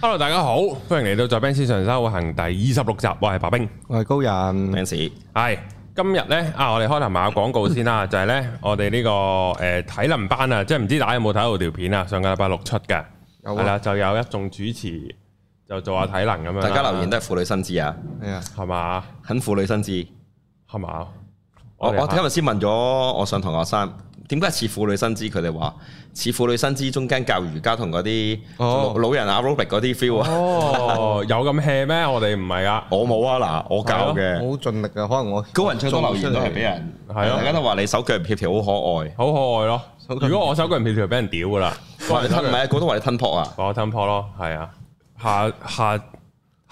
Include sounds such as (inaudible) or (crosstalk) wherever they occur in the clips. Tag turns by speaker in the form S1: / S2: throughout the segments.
S1: Hello，大家好，歡迎嚟到在 Benz 上修行第二十六集，我係白冰，
S2: 我係高人，
S3: fans
S1: 係今日呢，啊，我哋開頭賣個廣告先啦，就 (laughs) 係呢，我哋呢、個誒體能班啊，即係唔知大家有冇睇到條片啊？上個禮拜六出嘅，
S2: 有
S1: 係啦，
S2: 啊，
S1: 就有一眾主持就做下體能咁樣啦，
S3: 大家留言都係婦女新知啊，
S2: 係啊，
S1: 係嘛
S3: 很婦女新知。
S1: 係嘛，
S3: 我
S1: 哋
S3: 我今日先問咗我上堂學生，點解似婦女新知？佢哋話似婦女新知中間教瑜伽同嗰啲
S2: 哦
S3: 老老人 aerobic 嗰啲 feel 啊。
S1: 哦有咁 hea 咩？我哋唔係啊，
S3: 我冇啊，嗱，我教
S2: 我好
S3: 嘅。
S2: 盡力啊，可能我
S3: 高人最多留言都係俾人，
S1: 係啊
S3: 大家都話你手腳撇條好可愛。
S1: 好可愛咯。如果我手腳唔協調，俾人屌噶啦，
S3: 話你吞唔係啊，個都話你吞撲啊。
S1: 我吞破咯，係啊，下下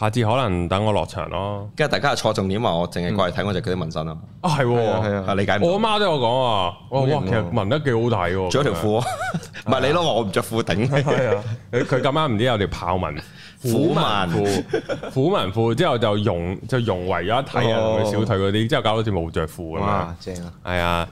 S1: 下次可能等我落場咯。
S3: 跟住大家又錯重點啊話我淨係過嚟睇我隻腳啲紋身啊，
S1: 啊，係喎，
S2: 啊係啊
S3: 係理解唔
S1: 我阿
S3: 到。
S1: 媽都有講啊，哇哇，
S2: 型喎
S1: 其實紋得幾好睇喎，
S3: 着條褲啊，唔係你咯，話我唔着褲頂。
S1: 係啊，佢佢咁啱唔知有條豹紋 (laughs)
S3: 虎紋
S1: 褲，虎紋褲之後就融就融為咗一體啊，
S2: 哦
S1: 佢小腿嗰啲，之後搞到好似冇着褲咁樣
S2: 哇，正啊，
S1: 係啊。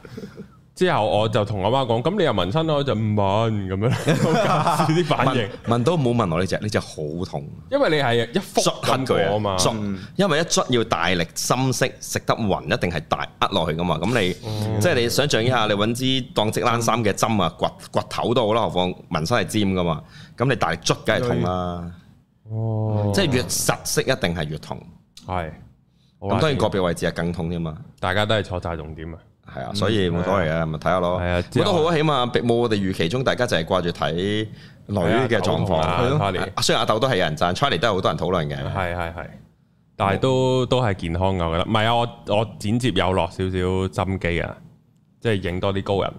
S1: 之後我就同我媽講，咁你又紋身咯，我就唔紋咁樣，好搞笑啲反
S3: 問
S1: 應，
S3: 問都冇問我呢只，呢只好痛。
S1: 因為你係一幅
S3: 捽
S1: 咁
S3: 黑
S1: 過
S3: 佢
S1: 啊嘛，
S3: 捽，因為一捽要大力深色，食得匀一定係大呃落去噶嘛。咁你、即係你想象一下，你揾支當織冷衫嘅針啊，掘掘頭都好啦，何況紋身係尖噶嘛。咁你大力捽梗係痛啦，
S1: 哦，
S3: 即係越實色一定係越痛。
S1: 係。好
S3: 咁
S1: 啦
S3: 當然個別位置係更痛添嘛。
S1: 大家都係錯晒重點啊！
S3: 係啊，所以冇所謂嘅，咪睇下咯。
S1: 係啊
S3: 我都好啊，起碼冇我哋預期中，大家就係掛住睇女嘅狀況。
S1: 係
S2: 係
S1: 咯
S2: 咯
S1: ，Charlie，
S3: 啊雖然阿豆都係有人讚，Charlie 都係好多人討論嘅。
S1: 係係係，但係都都係健康嘅，我覺得。唔係啊，我我剪接有落少少心機啊，即係影多啲高人，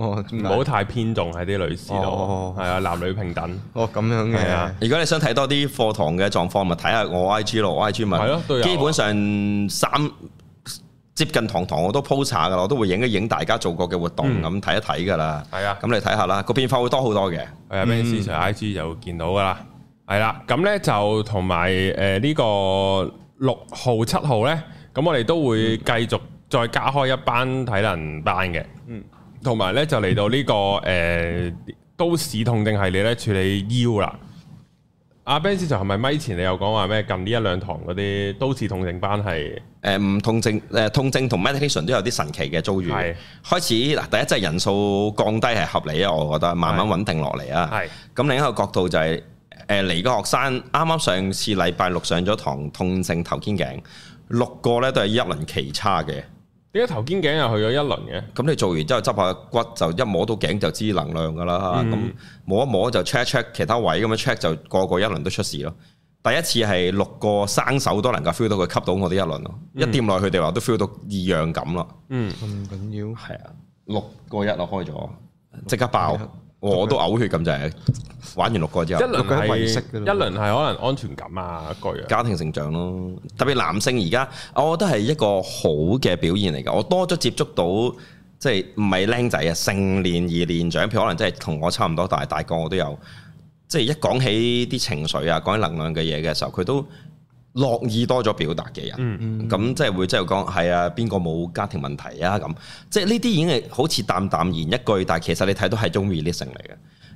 S2: 哦，
S1: 唔
S2: 唔
S1: 好太偏重喺啲女士度
S2: 哦，
S1: 係啊，男女平等，
S2: 哦咁樣
S1: 係啊
S2: 嘅，
S3: 如果你想睇多啲課堂嘅狀況，咪睇下我 I G 咯，我 I G 咪
S1: 係咯都有啊
S3: 基本上三接近堂堂我都 po 查噶啦，我都會影一影大家做過嘅活
S1: 嗯
S3: 動咁睇、一睇噶啦。
S1: 係啊
S3: 咁你睇下啦，個變化會多好多嘅。
S1: 係啊 Ben Sir I G 就見到噶啦，係啦，咁咧就同埋誒呢個六號七號咧，咁我哋都會繼續再加開一班體能班嘅，嗯，同埋咧就嚟到呢個誒都市痛症系列咧處理腰啦。阿 Ben Sir 就係咪咪前你有講話咩？近呢一兩堂嗰啲都市痛症班係
S3: 誒唔痛症誒痛症同 meditation 都有啲神奇嘅遭遇。
S1: 係
S3: 開始嗱，第一即係人數降低係合理啊，我覺得慢慢穩定落嚟啊。
S1: 係
S3: 咁另一個角度就係誒嚟個學生啱啱上次禮拜六上咗堂痛症頭肩頸，六個咧都係一輪奇差嘅。
S1: 點解頭肩頸又去咗一輪嘅？
S3: 咁你做完之後執下骨就一摸到頸就知能量噶啦，咁、摸一摸就 check check 其他位咁樣 check 就個個一輪都出事咯。第一次係六個生手都能夠 feel 到佢吸到我啲一輪咯，一掂落去佢哋話都 feel 到異樣感咯。
S1: 嗯，
S2: 咁緊
S3: 係啊，六個一咯開咗，即刻爆，我都嘔血咁就係玩完六個之
S1: 一
S3: 後。
S1: 輪
S2: 六個一
S1: 係
S2: 圍式
S1: 一
S2: 㗎啦
S1: 輪係可能安全感啊，各樣
S3: 家庭成長咯，特別男性而家，我覺得係一個好嘅表現嚟㗎。我多咗接觸到，即係唔係僆仔啊，成年而年長，譬如可能真係同我差唔多大，大個我都有。即係一講起啲情緒啊，講起能量嘅嘢嘅時候，佢都樂意多咗表達嘅人。咁、即係會即係講係啊，邊個冇家庭問題啊咁。即係呢啲已經係好似淡淡然一句，但係其實你睇到係種 releasing 嚟嘅。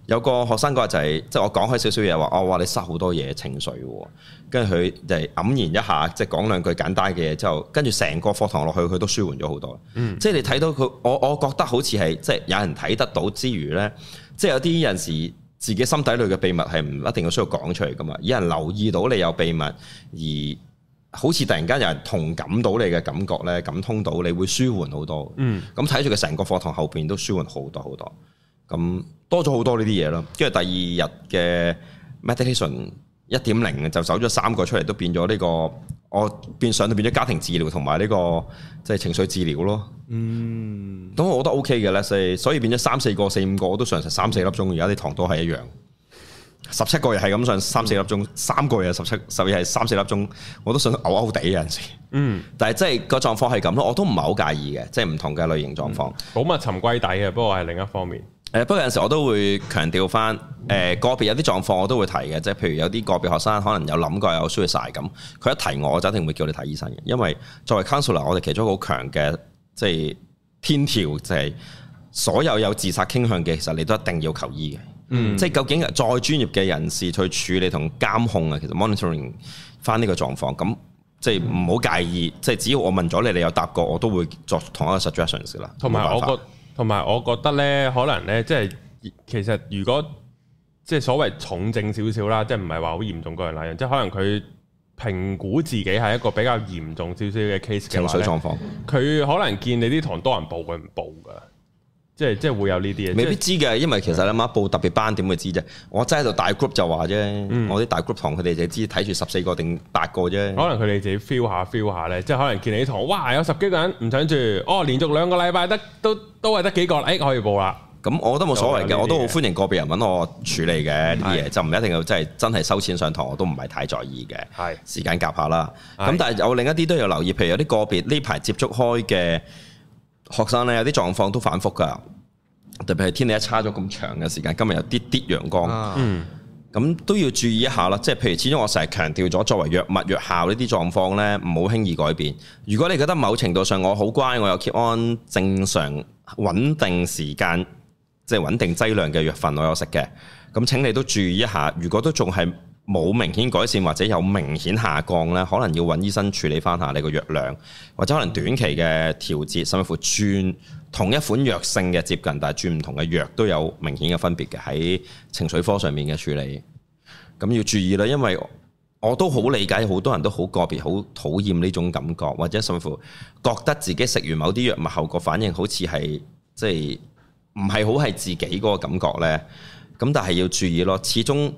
S3: 有個學生嗰日就係、即係我講開少少嘢話，哦話你塞好多嘢情緒喎，跟住佢就係黯然一下，即係講兩句簡單嘅嘢之後，跟住成個課堂落去，佢都舒緩咗好多。即係你睇到佢，我我覺得好似係即係有人睇得到之餘呢，即係有啲有陣時自己心底裏嘅秘密係唔一定要需要講出嚟噶嘛，有人留意到你有秘密而。好似突然間有人同感到你嘅感覺呢，感通到你會舒緩好多。
S1: 嗯，
S3: 咁睇住佢成個課堂後邊都舒緩好多好多。咁多咗好多呢啲嘢啦。跟住第二日嘅 meditation 一點零就走咗三個出嚟，都變咗呢、個我變相到變咗家庭治療同埋呢個即係情緒治療咯。嗯，咁我覺得 OK 嘅咧，所以所以變咗三四個、四五個我都上成三四粒鐘，而家啲堂都係一樣。十七個又係咁上三四粒鐘，三個又十七，十二係三四粒鐘，我都想嘔嘔地有陣時。
S1: 嗯，
S3: 但係即係個狀況係咁咯，我都唔係好介意嘅，即係唔同嘅類型狀況。
S1: 保密沉歸底嘅，不過係另一方面。
S3: 誒呃不過有陣時我都會強調翻，誒、個別有啲狀況我都會提嘅，即係譬如有啲個別學生可能有諗過有 suicide 咁，佢一提我我就一定會叫你睇醫生嘅，因為作為 counselor 我哋其中一個好強嘅即係天條就係、所有有自殺傾向嘅，其實你都一定要求醫嘅。嗯，即係究竟再專業嘅人士去處理同監控啊，其實 monitoring 翻呢個狀況，咁即係唔好介意，即係只要我問咗你，你有答過，我都會作同一個 suggestions 㗎啦。
S1: 同埋
S3: 冇辦
S1: 我
S3: 法
S1: 覺，同埋我覺得咧，可能咧，即係其實如果即係所謂重症少少啦，即係唔係話好嚴重個人那樣，即係可能佢評估自己係一個比較嚴重少少嘅 case 嘅
S3: 情
S1: 話
S3: 緒
S1: 呢
S3: 狀況
S1: 佢可能見你啲堂多人報，佢唔報噶，即係即係會有呢啲嘢，
S3: 未必
S1: 即係嗯
S3: 知嘅，因為其實你媽報特別班點會知啫？我真係喺度大 group 就話啫，
S1: 嗯
S3: 我啲大 group 堂佢哋就知睇住十四個定八個啫。
S1: 可能佢哋自己 feel 下 feel 下咧，即係可能見你啲堂，哇有十幾個人唔想住，哦連續兩個禮拜得都都係得幾個，誒、可以報啦。
S3: 咁我覺得冇所謂
S1: 就
S3: 嘅，
S1: 哦有呢啲嘢
S3: 我都好歡迎個別人揾我處理嘅呢啲嘢，就唔一定要真係真係收錢上堂，我都唔係太在意嘅。
S1: 係
S3: 時間夾下啦。
S1: 係
S3: 咁但係有另一啲都有留意，譬如有啲個別呢排接觸開嘅學生咧，有啲狀況都反覆㗎。特別係天氣一差咗咁長嘅時間，今日有啲啲陽光。
S2: 啊，
S3: 咁都要注意一下啦，即係譬如始終我成日強調咗，作為藥物藥效呢啲狀況呢，唔好輕易改變。如果你覺得某程度上我好乖，我有 keep on 正常穩定時間，即係穩定劑量嘅藥份我有食嘅，咁請你都注意一下。如果都仲係冇明顯改善或者有明顯下降呢，可能要揾醫生處理翻下你個藥量，或者可能短期嘅調節，甚至乎轉同一款藥性嘅接近，但係轉唔同嘅藥都有明顯嘅分別嘅喺情緒科上面嘅處理。咁要注意啦，因為我都好理解，好多人都好個別，好討厭呢種感覺，或者甚至乎覺得自己食完某啲藥物後個反應好似係即係唔係好係自己嗰個感覺呢。咁但係要注意咯，始終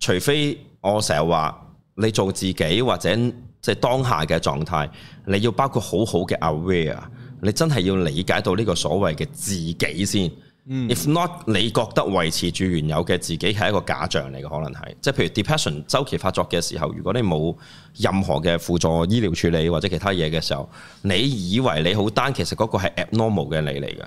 S3: 除非我成日話你做自己或者即係當下嘅狀態，你要包括好好嘅 aware，你真係要理解到呢個所謂嘅自己先。If not，你覺得維持住原有嘅自己係一個假象嚟嘅，可能係即係譬如 depression 周期發作嘅時候，如果你冇任何嘅輔助醫療處理或者其他嘢嘅時候，你以為你好單，其實嗰個係 abnormal 嘅你嚟嘅。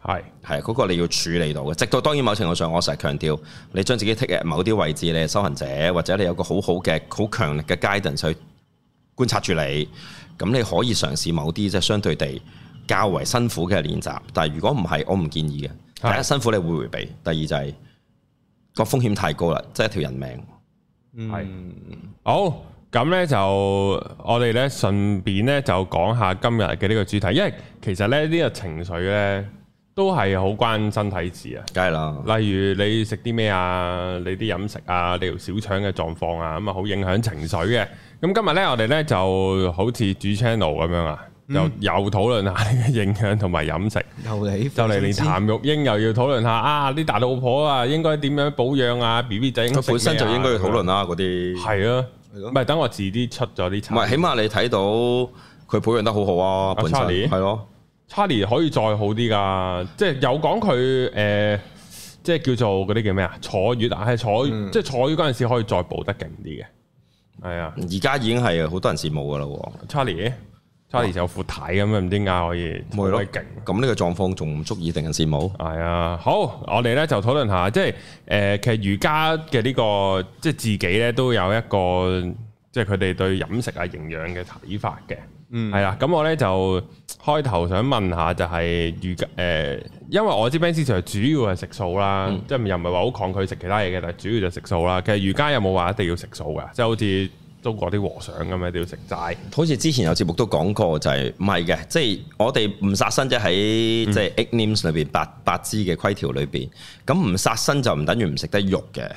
S1: 係
S3: 係嗰、個你要處理到嘅。直到當然某程度上，我成日強調，你將自己 take at 某啲位置，你係修行者，或者你有個好好嘅、好強力嘅 guidance 去觀察住你，咁你可以嘗試某啲即係相對地較為辛苦嘅練習。但係如果唔係，我唔建議嘅。
S1: 係
S3: 第一辛苦你會迴避，第二就係、個風險太高啦，即係一條人命。
S1: 好，咁呢就我哋呢順便呢就講下今日嘅呢個主題，因為其實呢呢、個情緒呢都係好關身體事啊。
S3: 梗係啦，
S1: 例如你食啲咩啊，你啲飲食啊，你條小腸嘅狀況啊，咁啊好影響情緒嘅。咁今日呢，我哋呢就好似主 channel 咁樣啊，又又討論下呢個影響同埋飲食。
S2: 又嚟
S1: 就嚟連譚玉英又要討論下啊，啲大老婆啊應該點樣保養啊，B B 仔應該
S3: 佢
S1: 食咩啊
S3: 本身就應該要討論啦嗰啲。
S1: 係啊，
S2: 係咯
S1: 唔係等我遲啲出咗啲
S3: 唔係，起
S1: 產
S3: 碼你睇到佢保養得好好啊，本身
S1: Charlie？
S3: 係咯。
S1: ，Charlie 可以再好啲㗎，即係有講佢誒，即係叫做嗰啲叫咩啊？坐月啊，係坐，
S3: 嗯
S1: 即係坐月嗰陣時可以再補得勁啲嘅，係啊
S3: 而家已經係好多人羨慕噶啦喎。
S1: ，Charlie，Charlie 就有闊體咁啊，唔知點解可以
S3: 咪係
S1: 好
S3: 咯
S1: 鬼勁。
S3: 咁呢個狀況仲唔足以令人羨慕？
S1: 係啊，好，我哋咧就討論下，即係誒、呃其實瑜伽嘅呢、個即係自己咧都有一個，即係佢哋對飲食啊、營養嘅睇法嘅，嗯，係啦。咁我咧就開頭想問下，就係瑜伽誒、呃因為我知 Ben Sir 主要係食素啦，
S3: 嗯
S1: 即係又唔係話好抗拒食其他嘢嘅，但係主要就食素啦。其實瑜伽有冇話一定要食素噶？即係好似中國啲和尚咁樣，一定要食齋。
S3: 好似之前有節目都講過，就係唔係嘅，即係我哋唔殺生者喺即係 eight names 裏邊八八支嘅規條裏邊，咁唔殺生就唔等於唔食得肉嘅。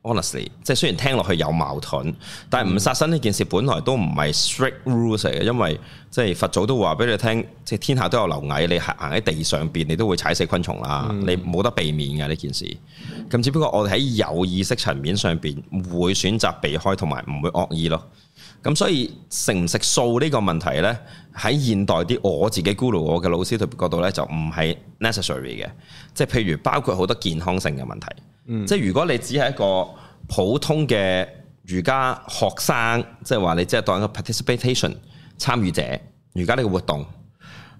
S3: Honestly，即係雖然聽落去有矛盾，但係唔殺生呢件事本來都唔係 strict rules 嚟嘅，因為即係佛祖都話俾你聽，即係天下都有螻蟻，你行行喺地上邊，你都會踩死昆蟲啦，你冇得避免嘅呢件事。咁只不過我哋喺有意識層面上邊會選擇避開，同埋唔會惡意咯。咁所以食唔食素呢個問題呢，喺現代啲我自己 guru 我嘅老師角度呢，就唔係 necessary 嘅，即係譬如包括好多健康性嘅問題，即係如果你只係一個普通嘅瑜伽學生，即係話你只係當一個 participation 參與者，瑜伽呢個活動，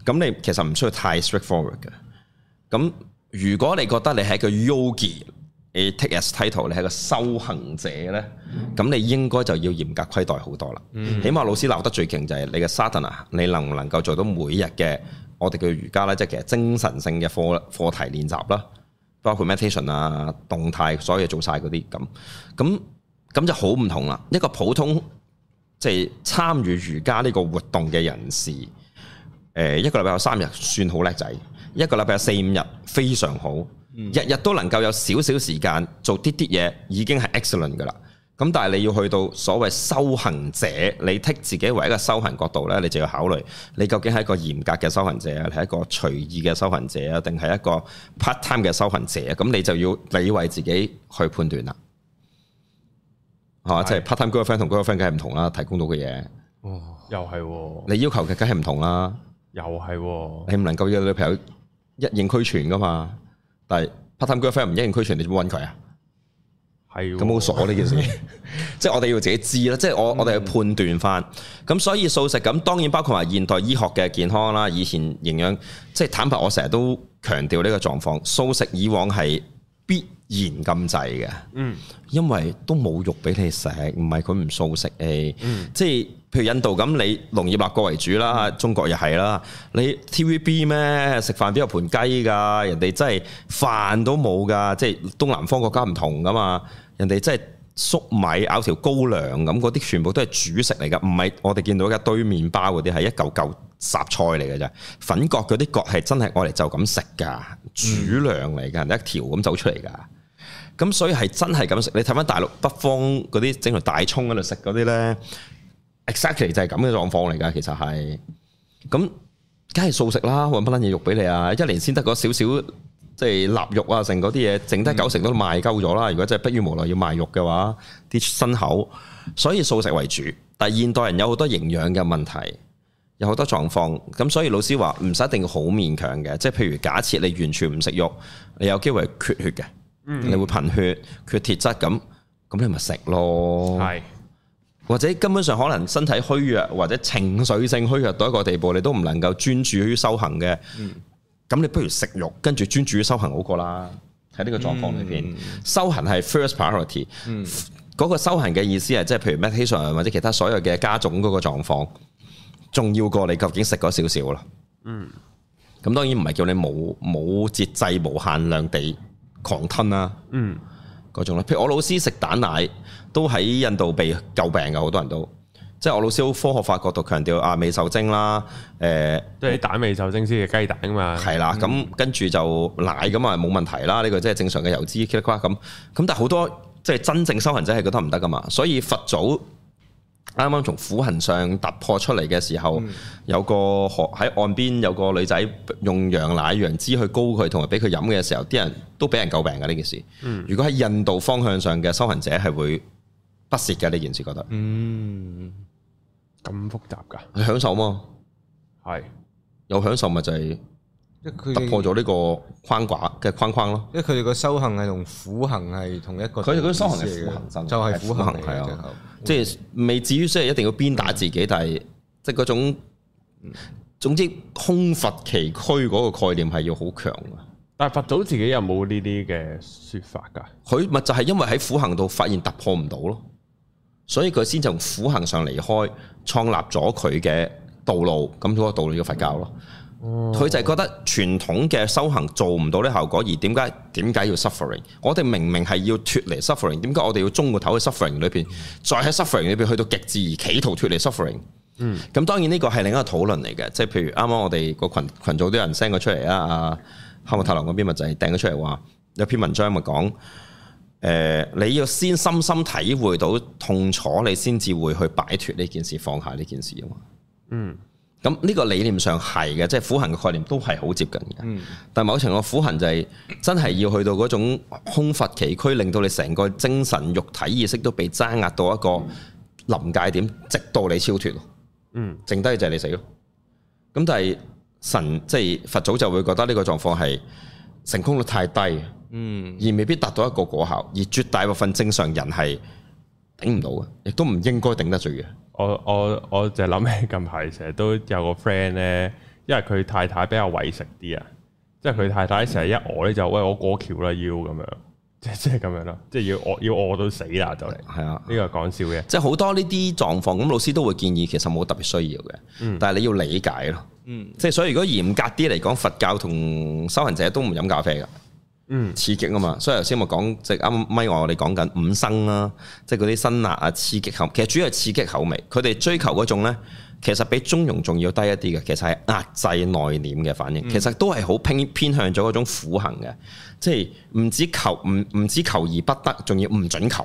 S3: 咁你其實唔需要太 straightforward 嘅。咁如果你覺得你係一個 yogi，你 take as title，你係一個修行者呢，咁你應該就要嚴格規待好多啦。起碼老師鬧得最勁就係你嘅 sadhana，你能唔能夠做到每日嘅我哋叫瑜伽啦，即係其實精神性嘅課課題練習啦。包括 meditation 啊、動態所有嘢做晒嗰啲咁，咁咁就好唔同啦。一個普通即係參與瑜伽呢個活動嘅人士，誒、呃一個禮拜有三日算好叻仔，一個禮拜有四五日非常好，日日都能夠有少少時間做啲啲嘢，已經係 excellent 噶啦。咁但係你要去到所謂修行者，你剔自己為一個修行角度呢，你就要考慮你究竟係一個嚴格嘅修行者啊，你係一個隨意嘅修行者啊，定係一個 part time 嘅修行者啊？咁你就要你為自己去判斷啦。係嘛？即係 part time girlfriend 同 girlfriend 梗係唔同啦，提供到嘅嘢，
S1: 又係喎，
S3: 你要求嘅梗係唔同啦。
S1: 又係喎，
S3: 你唔能夠要女朋友一應俱全噶嘛？但係 part time girlfriend 唔一應俱全，你點揾佢啊？
S1: 係喎
S3: 咁好傻呢件事，即係我哋要自己知啦，即係我我哋去判斷翻。咁所以素食咁當然包括埋現代醫學嘅健康啦，以前營養即係坦白，我成日都強調呢個狀況，素食以往係必然禁制嘅，
S1: 嗯，
S3: 因為都冇肉俾你食，唔係佢唔素食誒，即係譬如印度咁，你農業立國為主啦，中國又係啦，你 TVB 咩食飯邊有盤雞㗎？人哋真係飯都冇㗎，即係東南方國家唔同㗎嘛，人哋真係。粟米咬條高粱咁，嗰啲全部都係主食嚟㗎，唔係我哋見到嘅一堆麵包嗰啲係一嚿嚿雜菜嚟嘅啫。粉角嗰啲角係真係我哋就咁食㗎，主糧嚟㗎，人哋一條咁走出嚟㗎。咁所以係真係咁食。你睇翻大陸北方嗰啲整條大葱喺度食嗰啲咧，exactly 就係咁嘅狀況嚟㗎。其實係咁，梗係素食啦，揾乜撚嘢肉俾你啊！一年先得嗰少少，即係臘肉啊，成嗰啲嘢，剩低九成都賣鳩咗啦。如果真係迫於無奈要賣肉嘅話，啲牲口，所以素食為主。但係現代人有好多營養嘅問題。有好多狀況，咁所以老師話唔使一定要好勉強嘅，即係譬如假設你完全唔食肉，你有機會係缺血嘅，你會貧血、缺鐵質咁，咁你咪食咯。
S1: 係
S3: 或者根本上可能身體虛弱或者情緒性虛弱到一個地步，你都唔能夠專注於修行嘅。咁、你不如食肉，跟住專注於修行好過啦。喺呢個狀況裏邊，修行係 first priority。嗰、個修行嘅意思係即係譬如 meditation 啊或者其他所有嘅加種嗰個狀況，重要過你究竟食咗少少啦。嗯，咁當然唔係叫你冇冇節制、無限量地狂吞啦。
S1: 嗯
S3: 嗰種啦。譬如我老師食蛋奶，都喺印度被救病嘅，好多人都。即係我老師好科學化角度強調啊，未受精啦，誒
S1: 即係啲蛋味酒精先嘅雞蛋啊嘛，
S3: 係啦，咁跟住就奶咁啊冇問題啦，呢個即係正常嘅油脂 k i 咁。咁但係好多即係真正修行者係覺得唔得噶嘛，所以佛祖啱啱從苦行上突破出嚟嘅時候，有個河喺岸邊有個女仔用羊奶、羊脂去膏佢，同埋俾佢飲嘅時候，啲人都俾人救病嘅呢件事。如果喺印度方向上嘅修行者係會不屑嘅呢件事，覺得
S2: 嗯，
S1: 咁複雜㗎，
S3: 佢享受嘛，
S1: 係
S3: 有享受咪就係
S2: 即係佢
S3: 突
S2: 哋
S3: 破咗呢個框架嘅框框咯。
S2: 因為佢哋個修行係同苦行係同一個，
S3: 佢哋嗰個修行係
S2: 意思嚟嘅
S3: 苦行僧
S2: 就係苦行嚟嘅，
S3: 係苦
S2: 最
S3: 行
S2: 後
S3: 即係未至於即係一定要鞭打自己，但係即係嗰種總之空乏其軀嗰個概念係要好強啊嘅。
S1: 但係佛祖自己有冇呢啲嘅説法㗎？
S3: 佢咪就係因為喺苦行度發現突破唔到咯，所以佢先從苦行上離開，創立咗佢嘅道路，咁嗰個道路叫佛教咯。佢、就係覺得傳統嘅修行做唔到呢效果，而點解點解要 suffering？我哋明明係要脱離 suffering，點解我哋要中個頭去 suffering 裏邊，再喺 suffering 裏邊去到極致而企圖脱離 suffering？嗯，咁當然呢個係另一個討論嚟嘅，即係譬如啱啱我哋個群群組都有人 send 咗出嚟啦，啊，黑木太郎嗰邊咪就係掟咗出嚟話有篇文章咪講。誒、呃你要先深深體會到痛楚，你先至會去擺脱呢件事，放下呢件事啊嘛。嗯，咁呢個理念上係嘅，即係苦行嘅概念都係好接近嘅。嗯、但某程度苦行就係真係要去到嗰種空乏其軀，令到你成個精神、肉體、意識都被爭壓到一個臨界點，直到你超脱咯。
S1: 嗯，
S3: 剩低就係你死咯。咁但係神即係佛祖就會覺得呢個狀況係成功率太低。
S2: 嗯，
S3: 而未必達到一個果效，而絕大部分正常人係頂唔到嘅，亦都唔應該頂得住嘅。
S1: 我我我就諗起近排成日都有個 friend 咧，因為佢太太比較為食啲啊，即係佢太太成日一餓咧就喂我過橋啦要咁樣，即即係咁樣啦，即係要餓要餓到死啦就嚟，呢
S3: 係啊，
S1: 個係講笑嘅，
S3: 即係好多呢啲狀況，咁老師都會建議其實冇特別需要嘅，
S1: 嗯
S3: 但係你要理解咯。
S2: 嗯，
S3: 即係所以如果嚴格啲嚟講，佛教同修行者都唔飲咖啡㗎，
S1: 嗯
S3: 刺激啊嘛，所以頭先咪講，即係啱咪我哋講緊五生啦，即係嗰啲辛辣啊、刺激口，其實主要係刺激口味。佢哋追求嗰種咧，其實比中庸仲要低一啲嘅，其實係壓制內斂嘅反應，
S1: 嗯
S3: 其實都係好偏偏向咗嗰種苦行嘅，即係唔止求唔唔止求而不得，仲要唔準求，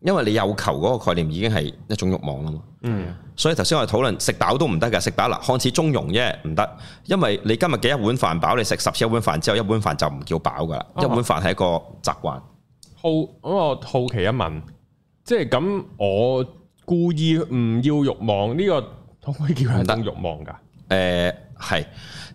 S3: 因為你有求嗰個概念已經係一種慾望啦嘛。
S1: 嗯
S3: 所以頭先我哋討論食飽都唔得㗎，食飽嗱看似中庸啫，唔得，因為你今日嘅一碗飯飽，你食十次一碗飯之後，一碗飯就唔叫飽㗎啦，
S1: 啊
S3: 一碗飯係一個習慣。
S1: 好，咁我好奇一問，即係咁我故意唔要慾望呢、個可唔可以叫係一種慾望㗎？
S3: 誒呃係，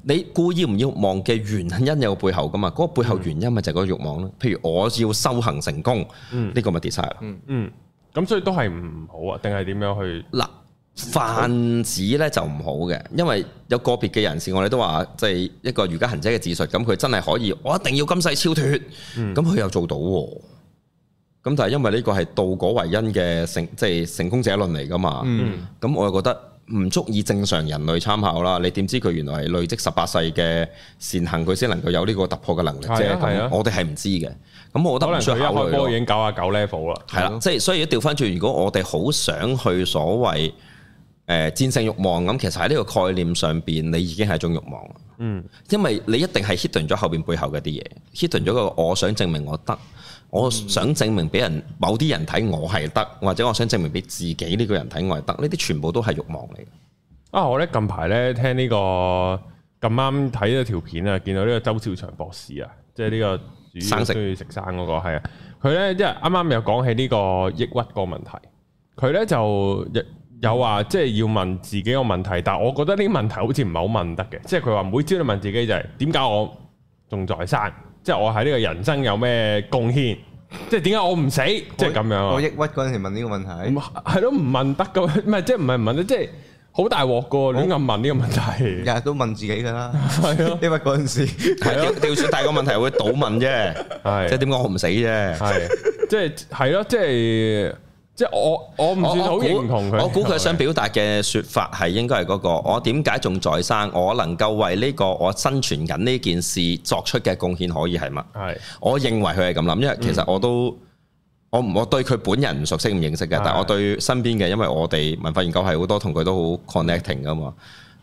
S3: 你故意唔要望嘅原因有個背後㗎嘛？嗰、個背
S1: 嗯
S3: 後原因咪就係嗰個慾望咯。譬如我要修行成功，呢、
S1: 嗯
S3: 個咪 desire 啦。
S1: 嗯，咁所以都係唔好啊，定係點樣去？
S3: 嗱、泛指咧就唔好嘅，因為有個別嘅人士，我哋都話即係一個瑜伽行者嘅自述，咁佢真係可以，我一定要今世超脱，咁
S1: 嗯
S3: 佢、又做到喎。咁但係因為呢個係道果為因嘅成即係成功者論嚟噶嘛，
S2: 嗯
S3: 咁、我又覺得唔足以正常人類參考啦。你點知佢原來係累積十八世嘅善行，佢先能夠有呢個突破嘅能力啫？
S1: 係啊係
S3: 咁、
S1: 啊
S3: 我哋係唔知嘅。咁
S1: 可
S3: 我覺得唔
S1: 能
S3: 需要
S1: 佢一
S3: 考慮
S1: 開波
S3: 咯
S1: 已經九啊九 level 啦。
S3: 係啦，即係所以調翻轉，如果我哋好想去所謂誒、呃、戰勝慾望咁，其實喺呢個概念上邊，你已經係一種慾望啦。
S1: 嗯，
S3: 因為你一定係 hidden 咗後邊背後嘅啲嘢，hidden 咗個我想證明我得，我想證明俾人某啲人睇我係得，或者我想證明俾自己呢個人睇我係得，呢啲全部都係慾望嚟嘅。
S1: 啊，我咧近排咧聽呢、個咁啱睇咗條片啊，見到呢個周兆祥博士啊，即係呢個煮
S3: 生食
S1: 中意食生嗰、個係啊，佢咧即係啱啱又講起呢個抑鬱個問題，佢咧就有有話即係要問自己個問題，但係我覺得呢啲問題好似唔係好問得嘅，即係佢話每朝你問自己就係點解我仲在生，即係我喺呢個人生有咩貢獻，即係點解我唔死，即係咁樣啊。
S2: 我抑鬱嗰陣時問呢個問題，
S1: 唔係咯，唔問得噶， (laughs) 唔係即係唔係唔問得，即係好大鑊噶，亂咁問呢個問
S3: (laughs)
S1: 題，
S2: 日日都問自己噶啦。
S1: 係咯，
S2: 抑鬱嗰陣時，
S3: 係調調轉，但係個問題會倒問啫， (laughs) 即係
S1: 係
S3: 點講我唔死啫。
S1: 係，即係係咯，即係即係我我唔算好
S3: 我估
S1: 認同佢，
S3: 我估佢想表達嘅説法係應該係嗰個，我點解仲在生？我能夠為呢個我生存緊呢件事作出嘅貢獻可以係乜？
S1: 係
S3: 我認為佢係咁諗，因為其實我都我唔我對佢本人唔熟悉唔認識嘅
S1: 係，
S3: 但係我對身邊嘅，因為我哋文化研究係好多同佢都好 connecting 噶嘛。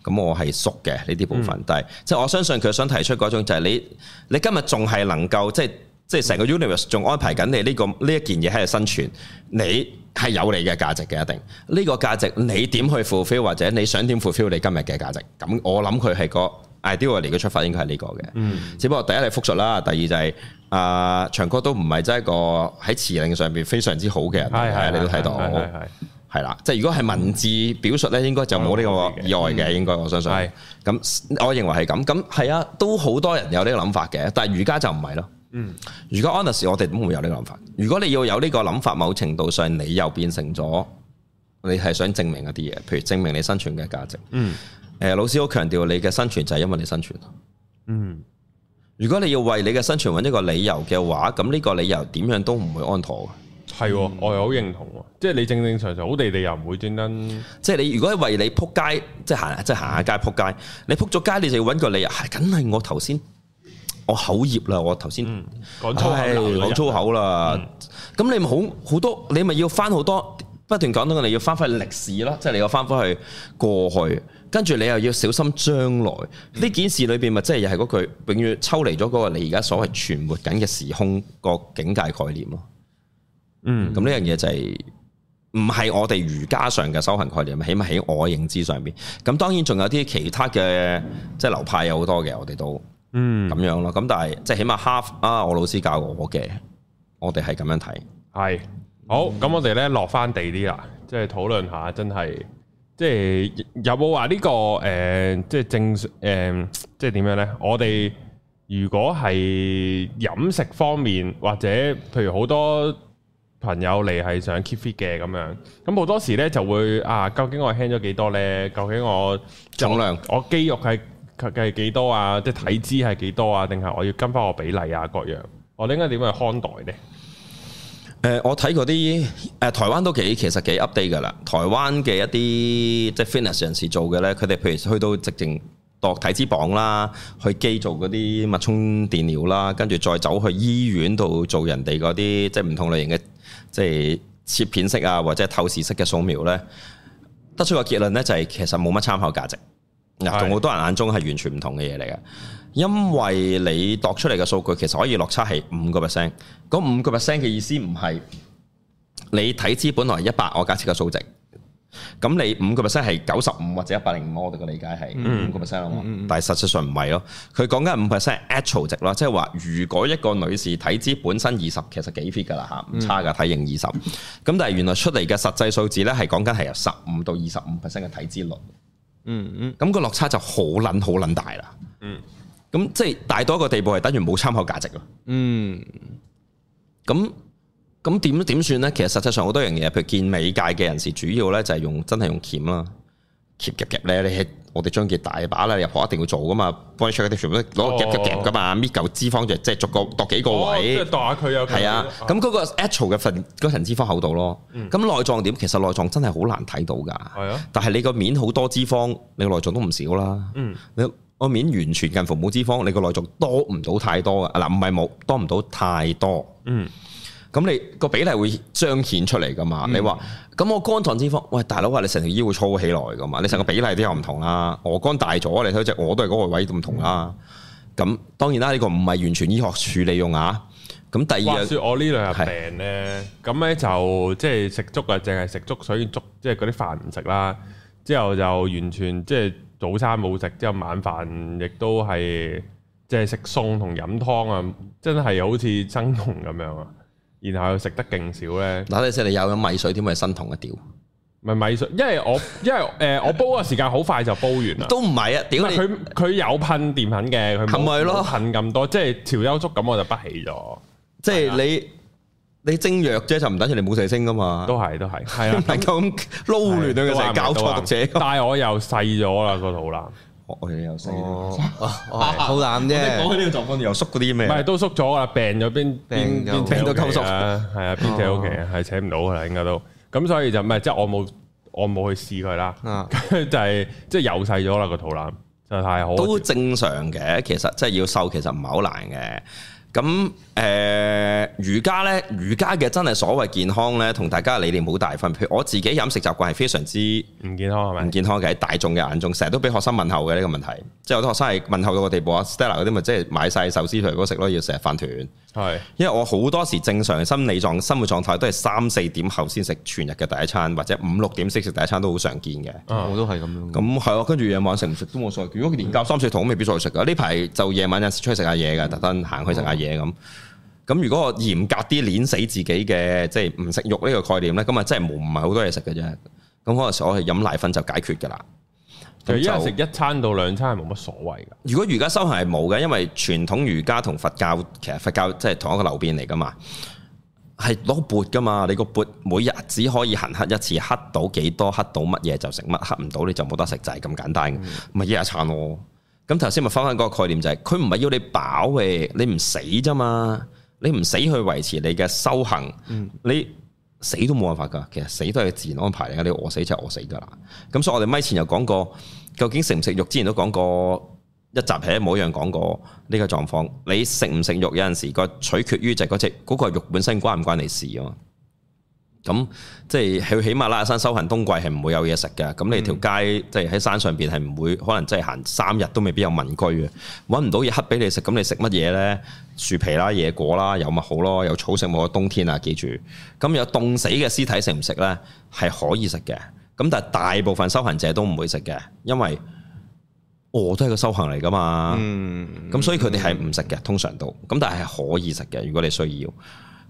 S3: 咁我係熟嘅呢啲部分，但係即係我相信佢想提出嗰種就係你你今日仲係能夠即係即係成個 universe 仲安排緊你呢、個呢一件嘢喺度生存，你係有你嘅價值嘅一定。呢、個價值你點去 fulfill 或者你想點 fulfill 你今日嘅價值？咁我諗佢係個 ideal 嚟嘅出發應該係呢個嘅。只不過第一係復述啦，第二就係、啊、長哥都唔係真係一個喺詞領上邊非常之好嘅人，
S1: 係係，
S3: 你都睇到
S1: 係係係
S3: 係啦。即係如果係文字表述咧，應該就冇呢個意外嘅，應該我相信
S1: 係。
S3: 咁我認為係咁，咁係啊，都好多人有呢個諗法嘅，但係儒家就唔係咯。
S1: 嗯，
S3: 如果 honest，我哋都唔會有呢個諗法。如果你要有呢個諗法，某程度上你又變成咗你係想證明一啲嘢，譬如證明你生存嘅價值。
S1: 嗯
S3: 誒、老師好強調你嘅生存就係因為你生存。
S1: 嗯
S3: 如果你要為你嘅生存揾一個理由嘅話，咁呢個理由點樣都唔會安妥嘅。
S1: 係喎，我又好認同喎，即係你正正常常好地地又唔會專登
S3: 即係你如果係為你撲街，即係行即係行下街撲街，你撲咗街，你就要揾個理由，係梗係我頭先我口業啦，我頭先
S1: 嗯講粗口鬧
S3: 唉
S1: 人嗯
S3: 講粗口啦。咁、你咪好好多，你咪要翻好多不斷講到你要翻返去歷史啦，即係你要翻返去過去，跟住你又要小心將來呢、件事裏邊咪即係又係嗰句，永遠抽離咗嗰個你而家所謂存活緊嘅時空個境界概念咯。
S1: 嗯
S3: 咁呢樣嘢就係唔係我哋儒家上嘅修行概念，起碼喺我認知上邊。咁當然仲有啲其他嘅即係流派有好多嘅，我哋都
S1: 嗯
S3: 咁樣咯。咁但係即係起碼 half 啊，我老師教我嘅，我哋係咁樣睇。
S1: 係好，咁我哋咧落翻地啲啦，即係討論下，真係即係有冇話呢個誒、呃即係正誒、呃即係點樣咧？我哋如果係飲食方面，或者譬如好多朋友嚟係想 keep fit 嘅咁樣，咁好多時咧就會啊，究竟我輕咗幾多咧？究竟我
S3: 重量
S1: 我肌肉係係幾多啊？即係體脂係幾多啊？定係我要跟翻我比例啊？各樣，我哋應該點樣去看待咧？
S3: 誒、我睇嗰啲誒台灣都幾其實幾 update 㗎啦。台灣嘅一啲即係 fitness 人士做嘅咧，佢哋譬如去到直情度體脂肪啦，去機做嗰啲脈衝電療啦，跟住再走去醫院度做人哋嗰啲即係唔同類型嘅即係切片式啊，或者透視式嘅掃描咧，得出個結論咧就係其實冇乜參考價值。嗱，
S1: 係
S3: 同好多人眼中係完全唔同嘅嘢嚟嘅，因為你度出嚟嘅數據其實可以落差係五個 percent。嗰五個 percent 嘅意思唔係你體脂本來一百，我假設個數值，咁你五個 percent 係九十五或者一百零五，我哋嘅理解係五個 percent 啊嘛。但係實際上唔係咯，佢講緊五 percent actual 值啦，即係話如果一個女士體脂本身二十，其實幾 fit 㗎啦嚇，唔差㗎，體型二十。咁但係原來出嚟嘅實際數字咧係講緊係由十五到二十五 percent 嘅體脂率。
S2: 嗯嗯，
S3: 咁個落差就好撚好撚大啦。嗯，咁即係大到一個地步係等於冇參考價值咯。
S2: 嗯，
S3: 咁咁點點算呢？其實實際上好多樣嘢，譬如健美界嘅人士，主要呢就係用真係用鉗啦，鉗夾夾咧，你係我哋張傑大把啦，你入學一定要做噶嘛，body check 嗰啲全部都攞個夾夾夾噶嘛，搣嚿脂肪就即係逐個度幾個
S1: 哦
S3: 位。
S1: 即係度下佢有
S3: 係啊，咁嗰個 actual 嘅份嗰層脂肪厚度咯，咁內臟點？其實內臟真係好難睇到㗎。
S1: 嗯係啊
S3: 但係你個面好多脂肪，你個內臟都唔少啦。
S1: 嗯，
S3: 你個面完全近乎冇脂肪，你個內臟多唔到太多㗎。嗱，唔係冇多唔到太多。
S1: 嗯，
S3: 咁你個比例會彰顯出嚟㗎嘛？你話咁我肝臟脂肪，喂大佬話啊你成條腰會粗起來㗎嘛？你成個比例都有唔同啦。鵝肝大咗，你睇只我都係嗰個位都唔同啦。咁當然啦，呢、個唔係完全醫學處理用啊。咁第二
S1: 話
S3: 樣。
S1: 説我呢兩日病咧，咁咧就即係食粥啊，淨係食粥水粥，即係嗰啲飯唔食啦。之後就完全即係早餐冇食，之後晚飯亦都係即係食餸同飲湯啊，真係好似生酮咁樣啊。然後又食得勁少咧，
S3: 嗱，你先你有飲米水，點會係生酮嘅屌？
S1: 咪米水，因為我因為誒、呃我煲嘅時間好快就煲完啦。
S3: 都唔係啊！屌
S1: 唔係
S3: 你，
S1: 佢佢有噴電噴嘅，佢冇
S3: 係咪咯
S1: 冇噴咁多，即係潮州粥咁我就不起咗，
S3: 即係你你精藥啫，就唔等於你冇射精噶嘛？
S1: 都係都係，係
S3: 唔
S1: (laughs) 啊。
S3: 能夠 (laughs) 咁撈亂啊佢成日教錯讀者。
S1: 但係我又細咗啦個肚腩，
S3: 我我哋又死，我
S2: 哦，哦好難
S3: 哋
S2: 啫，
S3: 講起呢個狀況又縮嗰啲
S1: 唔
S3: 咩？
S1: 係都縮咗啦，病咗邊邊
S2: 病咗
S1: 邊扯
S3: 啊病到
S1: 屋
S3: 溝
S1: 企
S3: 縮
S1: 啊，係啊，邊扯屋企啊，係扯唔到噶啦，應該都咁，所以就唔係即係我冇我冇去試佢啦， (laughs)
S2: 啊，
S1: 就係即係又細咗啦個肚腩，就太好，
S3: 都正常嘅，其實即係要瘦，其實唔係好難嘅。咁誒、呃瑜伽咧，瑜伽嘅真係所謂健康咧，同大家嘅理念好大分別。譬如我自己飲食習慣係非常之
S1: 唔健康係
S3: 唔
S1: 咪？
S3: 健康嘅喺大眾嘅眼中，成日都俾學生問候嘅呢個問題，即係有啲學生係問候到個地步啊，Stella 嗰啲咪即係買晒壽司嚟嗰食咯，要成日飯團。
S1: 係
S3: 因為我好多時正常嘅心理狀生活狀態都係三四點後先食全日嘅第一餐，或者五六點先食第一餐都好常見嘅。
S2: 我都係咁樣。
S3: 咁係啊，跟住夜晚食唔食都冇所謂。如果佢連教三四堂，未必再食啊噶。呢排就夜晚有時出去食下嘢
S1: 嗯
S3: 噶，特登行去食下嘢
S1: 哦
S3: 咁。咁如果我嚴格啲碾死自己嘅，即係唔食肉呢個概念咧，咁啊真係冇唔係好多嘢食嘅啫。咁可能時我係飲奶粉就解決㗎啦。
S1: 就一
S3: 咁
S1: 日
S3: 就
S1: 食一餐到兩餐係冇乜所謂噶，
S3: 如果瑜伽修行係冇嘅，因為傳統瑜伽同佛教其實佛教即係同一個流變嚟噶嘛，係攞缽噶嘛，你個缽每日只可以行乞一次，乞到幾多乞到乜嘢就食乜，乞唔到你就冇得食，就係、咁簡單嘅，咪一日一餐咯。咁頭先咪翻返嗰個概念就係、佢唔係要你飽嘅，你唔死啫嘛，你唔死去維持你嘅修行，你。死都冇辦法㗎，其實死都係自然安排嚟嘅，你餓死就係餓死㗎啦。咁所以我哋咪前又講過，究竟食唔食肉之前都講過，一集係一模一樣講過呢個狀況。你食唔食肉有陣時個取決於就係嗰只嗰個肉本身關唔關你事啊嘛。咁即係去喜馬拉雅山修行冬季係唔會有嘢食嘅，咁你條街即係喺山上邊係唔會，可能真係行三日都未必有民居嘅，揾唔到嘢黑俾你食，咁你食乜嘢呢？樹皮啦、野果啦，有咪好咯，有草食冇，冬天啊，記住。咁有凍死嘅屍體食唔食呢？係可以食嘅，咁但係大部分修行者都唔會食嘅，因為餓都係個修行嚟噶嘛。
S2: 嗯，
S3: 咁所以佢哋係唔食嘅，通常都咁，但係係可以食嘅，如果你需要。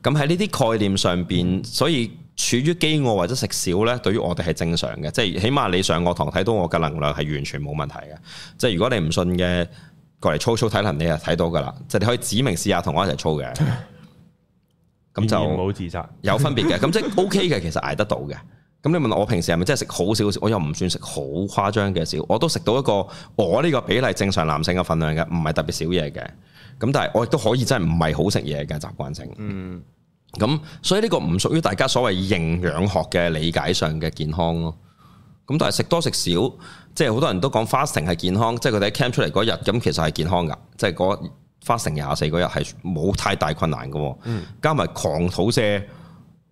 S3: 咁喺呢啲概念上邊，所以處於飢餓或者食少呢，對於我哋係正常嘅，即係起碼你上我堂睇到我嘅能量係完全冇問題嘅。即係如果你唔信嘅，過嚟操操體能，你就睇到噶啦。即係你可以指明試下同我一齊操嘅，咁
S1: 自然
S3: 就
S1: 冇自殺，
S3: 有分別嘅。咁即係 OK 嘅，其實捱得到嘅。咁你問我平時係咪真係食好少少？我又唔算食好誇張嘅少，我都食到一個我呢個比例正常男性嘅份量嘅，唔係特別少嘢嘅。咁但係我亦都可以真係唔係好食嘢嘅習慣性。
S2: 嗯，
S3: 咁所以呢個唔屬於大家所謂營養學嘅理解上嘅健康咯。咁但係食多食少，即係好多人都講 fasting 係健康，即係佢哋喺 camp 出嚟嗰日，咁其實係健康噶，即係嗰 fasting 廿四嗰日係冇太大困難嘅。嗯、加埋狂肚瀉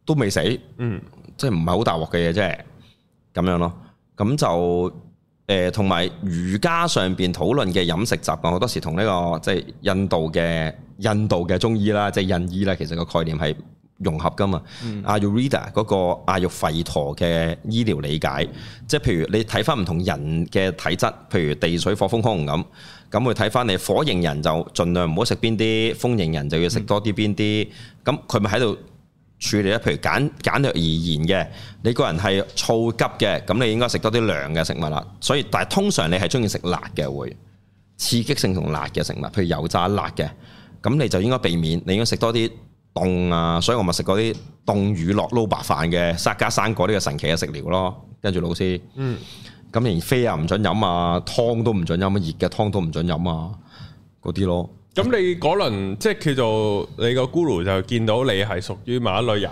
S3: 都未死，
S1: 嗯，
S3: 即係唔係好大鑊嘅嘢啫，咁樣咯。咁就誒同埋瑜伽上邊討論嘅飲食習慣，好多時同呢、個即係印度嘅印度嘅中醫啦，即係印醫啦，其實個概念係融合噶嘛。阿 u r e d a 嗰個阿育吠陀嘅醫療理解，即係譬如你睇翻唔同人嘅體質，譬如地水火風空咁，咁佢睇翻你火型人就盡量唔好食邊啲，風型人就要食多啲邊啲，咁佢咪喺度。處理咧，譬如簡簡略而言嘅，你個人係燥急嘅，咁你應該食多啲涼嘅食物啦。所以，但係通常你係中意食辣嘅會，刺激性同辣嘅食物，譬如油炸辣嘅，咁你就應該避免，你應該食多啲凍啊。所以我咪食嗰啲凍乳酪撈白飯嘅，沙加生果呢個神奇嘅食療咯。跟住老師，
S1: 嗯，
S3: 咁連啡啊唔准飲啊，湯都唔准飲啊，熱嘅湯都唔准飲啊，嗰啲咯。
S1: 咁你嗰輪即係叫做你個 guru 就見到你係屬於某一類人，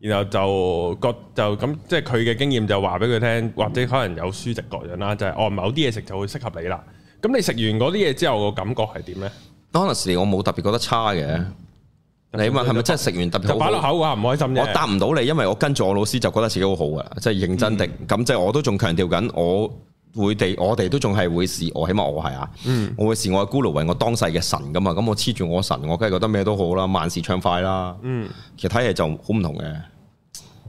S1: 然後就覺就咁即係佢嘅經驗就話俾佢聽，或者可能有書籍各樣啦，就係、哦某啲嘢食就會適合你啦。咁你食完嗰啲嘢之後個感覺係點呢？
S3: Honestly，我冇特別覺得差嘅。你問係咪真係食完特別
S1: 就
S3: 好
S1: 擺
S3: 好
S1: 落？口啊，唔開心啫。
S3: 我答唔到你，因為我跟住我老師就覺得自己好好噶啦，即係認真的。
S1: 嗯
S3: 咁、即係我都仲強調緊，我會地我哋都仲係會視我，起碼我係啊，
S1: 嗯
S3: 我會視我嘅咕嚕為我當世嘅神噶嘛。咁我黐住我神，我梗係覺得咩都好啦，萬事暢快啦。
S1: 嗯，
S3: 其他嘢就好唔同嘅。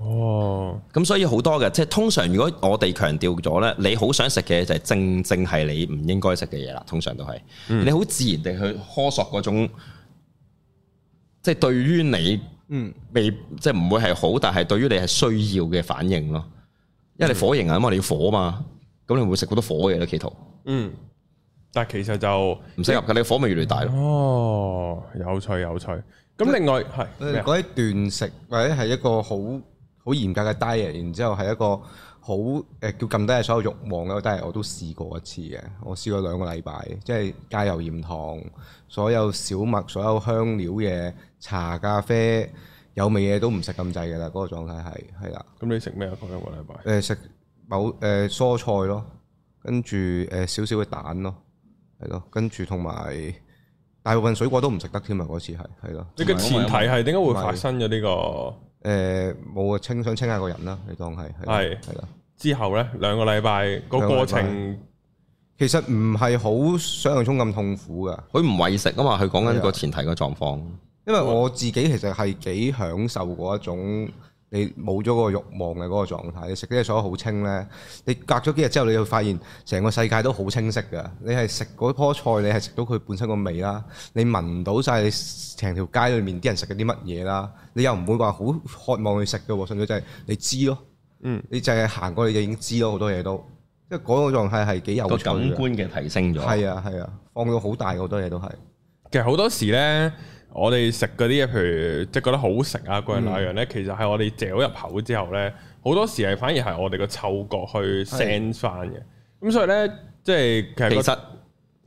S1: 哦，
S3: 咁所以好多嘅，即係通常如果我哋強調咗咧，你好想食嘅嘢就係正正係你唔應該食嘅嘢啦，通常都係，你好自然地去呵索嗰種，即係對於你
S2: 嗯
S3: 未即係唔會係好，但係對於你係需要嘅反應咯，因為你火型啊嘛，你要火嘛，咁你會食好多火嘅嘢咯，企圖
S1: 嗯，但係其實就
S3: 唔適合嘅，你嗯火咪越嚟越大咯。
S1: 哦，有趣有趣。咁另外係咩啊
S2: 嗰啲斷食或者係一個好好嚴格嘅 diet，然之後係一個好誒叫撳低所有慾望嘅 diet，我都試過一次嘅。我試過兩個禮拜，即係戒油鹽糖，所有小麥、所有香料嘢、茶、咖啡、有味嘢都唔食咁滯㗎啦。嗰、個狀態係係啦，
S1: 咁你食咩啊？嗰兩個禮拜
S2: 誒、食某誒、蔬菜咯，跟住誒少少嘅蛋咯，係咯，跟住同埋大部分水果都唔食得添啊！嗰次係係咯。
S1: 你嘅前提係點解會發生咗呢個？
S2: 誒冇啊，清想清下個人啦，你當係
S1: 係
S2: 係啦。
S1: 之後呢，兩個禮拜個過程，
S2: 其實唔係好想像中咁痛苦噶，
S3: 佢唔為食啊嘛，佢講緊個前提個狀況。
S2: 因為
S3: 啊
S2: 我自己其實係幾享受嗰一種你冇咗個慾望嘅嗰個狀態。你食啲嘢所有好清呢，你隔咗幾日之後，你會發現成個世界都好清晰噶。你係食嗰棵菜，你係食到佢本身個味啦，你聞到晒你成條街裏面啲人食緊啲乜嘢啦，你又唔會話好渴望去食嘅喎，甚至就係你知咯。
S1: 嗯，
S2: 你就係行過你就已經知咯，好多嘢都，即係嗰個狀態係幾有
S3: 個
S2: 趣
S3: 感
S2: 嘅。
S3: 官嘅提升咗，
S2: 係啊係啊，放到好大好多嘢都係。
S1: 其實好多時呢，我哋食嗰啲嘢，譬如即係覺得好食啊，嗰樣那樣呢，其實係我哋嚼入口之後呢，好多時係反而係我哋個嗅覺去 sense 翻嘅。咁所以呢，即係其實
S3: 鼻
S1: 個
S3: 塞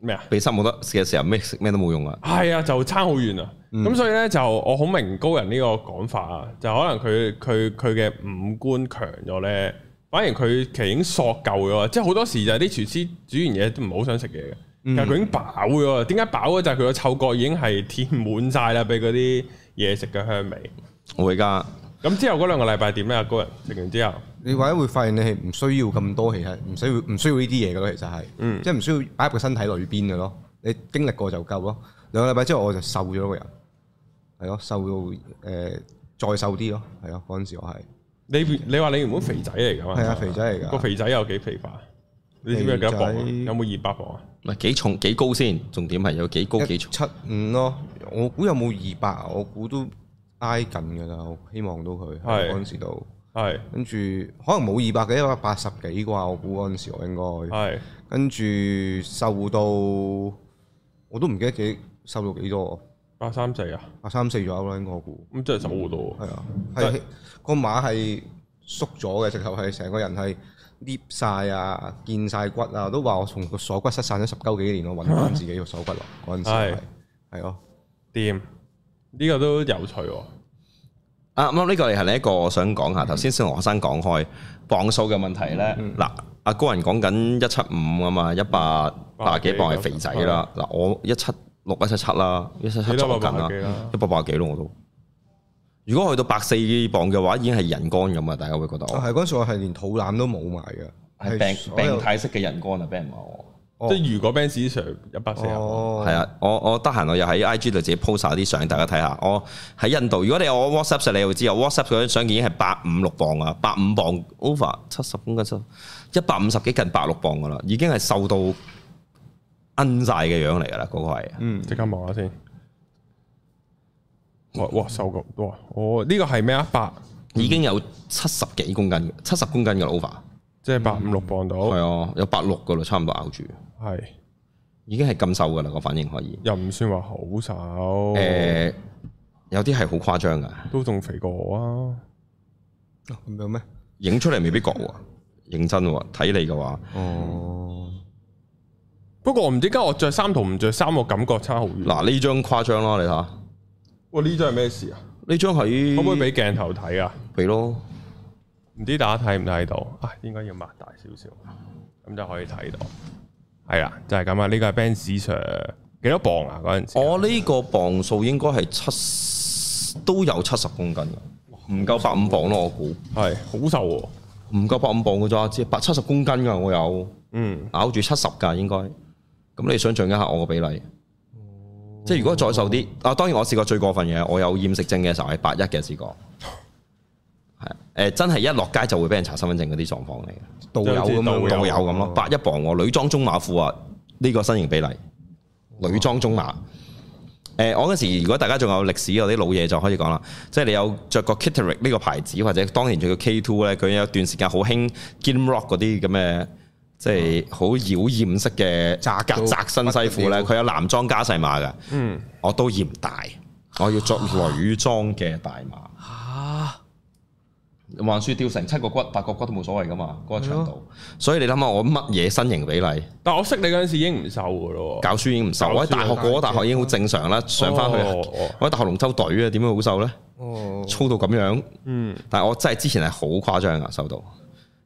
S1: 咩啊？
S3: 鼻塞冇得食嘅時候，咩食咩都冇用啊。
S1: 係啊，就差好遠啊！
S2: 嗯
S1: 咁、所以咧，就我好明高人呢個講法啊，就可能佢佢佢嘅五官強咗咧，反而佢其實已經索夠咗啊，即係好多時就係啲廚師煮完嘢都唔好想食嘢嘅，
S2: 嗯
S1: 但係佢已經飽咗啊。點解飽咗？就係佢個嗅覺已經係填滿晒啦，俾嗰啲嘢食嘅香味。
S3: 我而家
S1: 咁之後嗰兩個禮拜點咧？阿高人食完之後，
S2: 你或者會發現你係唔需要咁多，其實唔需要唔需要呢啲嘢嘅咯，其實係，
S1: 嗯
S2: 即係唔需要擺入個身體裏邊嘅咯。你經歷過就夠咯。兩個禮拜之後我就瘦咗個人，係咯，瘦到誒、呃再瘦啲咯，係咯，嗰陣時我係
S1: 你你話你原本肥仔嚟㗎嘛？
S2: 係啊肥仔嚟㗎
S1: 個肥仔有幾肥化？你知唔知有幾多磅啊？
S2: 肥仔
S1: 有冇二百磅啊？
S3: 唔係幾重幾高先？重點係有幾高幾
S2: 一
S3: 重？
S2: 七五咯，我估有冇二百啊？我估都挨近㗎啦，我希望到佢
S1: 係
S2: 嗰陣時度。
S1: 係
S2: 跟住可能冇二百幾，一百八十幾啩，我估嗰陣時我應該。
S1: 係。
S2: 跟住瘦到我都唔記得幾瘦到幾多，
S1: 八三四啊，
S2: 八三四左右啦，應該我估
S1: 咁真係瘦好
S3: 嗯
S1: 多喎。
S2: 係啊，
S1: 但
S2: 係個馬係縮咗嘅，直頭係成個人係攣晒啊，見晒骨啊，我都話我從個鎖骨失散咗十鳩幾年，我揾翻自己個鎖骨落嗰陣時係
S1: 係
S2: 係咯，
S1: 掂，呢個都有趣喎。
S3: 啊，咁呢個係另一個我想講下，頭先先同學生講開磅數嘅問題咧。嗱，阿高人講緊一七五啊嘛，一百八幾磅係肥仔啦。嗱，我一七六一七七啦，一七七
S1: 你都
S3: 左近
S1: 180
S3: 啦
S1: 幾啦，
S3: 一百八幾咯我都。如果去到百四磅嘅話，已經係人乾咁啊！大家會覺得
S2: 係
S3: 我
S2: 嗰陣時我係連肚腩都冇埋嘅，
S3: 係啊病
S2: 所有
S3: 病態式嘅人乾啊！俾人話我。
S2: 哦
S1: 即係如果 Ben Sir 一百四十，
S2: 哦，
S3: 係啊，我我得閒我又喺 I G 度自己 po 晒啲相，大家睇下。我喺印度，如果你有我 WhatsApp 上，你會知我 WhatsApp 嗰張相已經係八五六磅啊，八五磅 over 七十公斤七，一百五十幾近八六磅噶啦，已經係瘦到奀晒嘅樣嚟噶啦，嗰、個係。
S2: 嗯，
S1: 即刻望下先。哇哇瘦咁哇！我呢個係咩啊？百
S3: 已經有七十幾公斤，七十公斤嘅 over，
S1: 即係百五六磅到，
S3: 嗯係啊，有八六噶啦，差唔多咬住，
S1: 係
S3: 已經係咁瘦噶啦個反應可以。
S1: 又唔算話好
S2: 哦
S1: 瘦，
S3: 誒、有啲係好誇張噶，
S1: 都仲肥過我啊！
S2: 哦咁樣咩？
S3: 影出嚟未必覺喎，認真喎，睇你嘅話。
S2: 哦，
S1: 不過我唔知點解我着衫同唔着衫，我感覺差好遠。
S3: 嗱呢張誇張咯，你睇下
S1: 哇！呢張係咩事啊？
S3: 呢張係
S1: 可唔可以俾鏡頭睇啊？
S3: 俾咯？
S1: 唔知大家睇唔睇到啊？應該要擘大少少，咁就可以睇到。係啦，就係咁啊！呢個係 Ben Sir 幾多磅啊？嗰陣時
S3: 我呢個磅數應該係七都有七十公斤㗎，唔夠百五磅咯，我估
S1: 係好瘦喎。
S3: 唔夠百五磅㗎咋，只係百七十公斤㗎，我有
S1: 嗯，
S3: 咬住七十㗎應該。咁你想象一下我個比例，即係如果再瘦啲，啊當然我試過最過分嘅，我有厭食症嘅時候係八一嘅試過，係啊誒真係一落街就會俾人查身份證嗰啲狀況嚟嘅。
S2: 導遊
S1: 即
S2: 咁
S1: 係好
S2: 樣
S1: 似
S3: 導遊咁咯，八一磅喎，女裝中碼褲啊，呢、個身形比例，女裝中碼。誒、我嗰時如果大家仲有歷史嗰啲老嘢就可以講啦，即係你有着過 Kitterick 呢個牌子，或者當年仲叫 K Two 咧，佢有一段時間好興 Glam Rock 嗰啲咁嘅，即係好妖豔式嘅
S2: 啊窄到
S3: 窄身西褲
S2: 不得
S3: 咧，
S2: 了
S3: 佢有男裝加細碼嘅，
S1: 嗯，
S3: 我都嫌大，我要着女裝嘅大碼。
S2: 啊，
S3: 橫豎吊成七個骨八個骨都冇所謂噶嘛，嗰、個長度。所以你諗下，我乜嘢身形比例？
S1: 但我識你嗰陣時已經唔瘦噶咯喎。
S3: 教書已經唔瘦，
S1: 教書
S3: 我喺大學
S1: 有
S3: 過咗大學已經好正常啦，上翻去啊
S1: 哦哦
S3: 我喺大學龍舟隊啊，點會好瘦呢？
S2: 哦，
S3: 粗到咁樣，
S1: 嗯，
S3: 但係我真係之前係好誇張啊，瘦到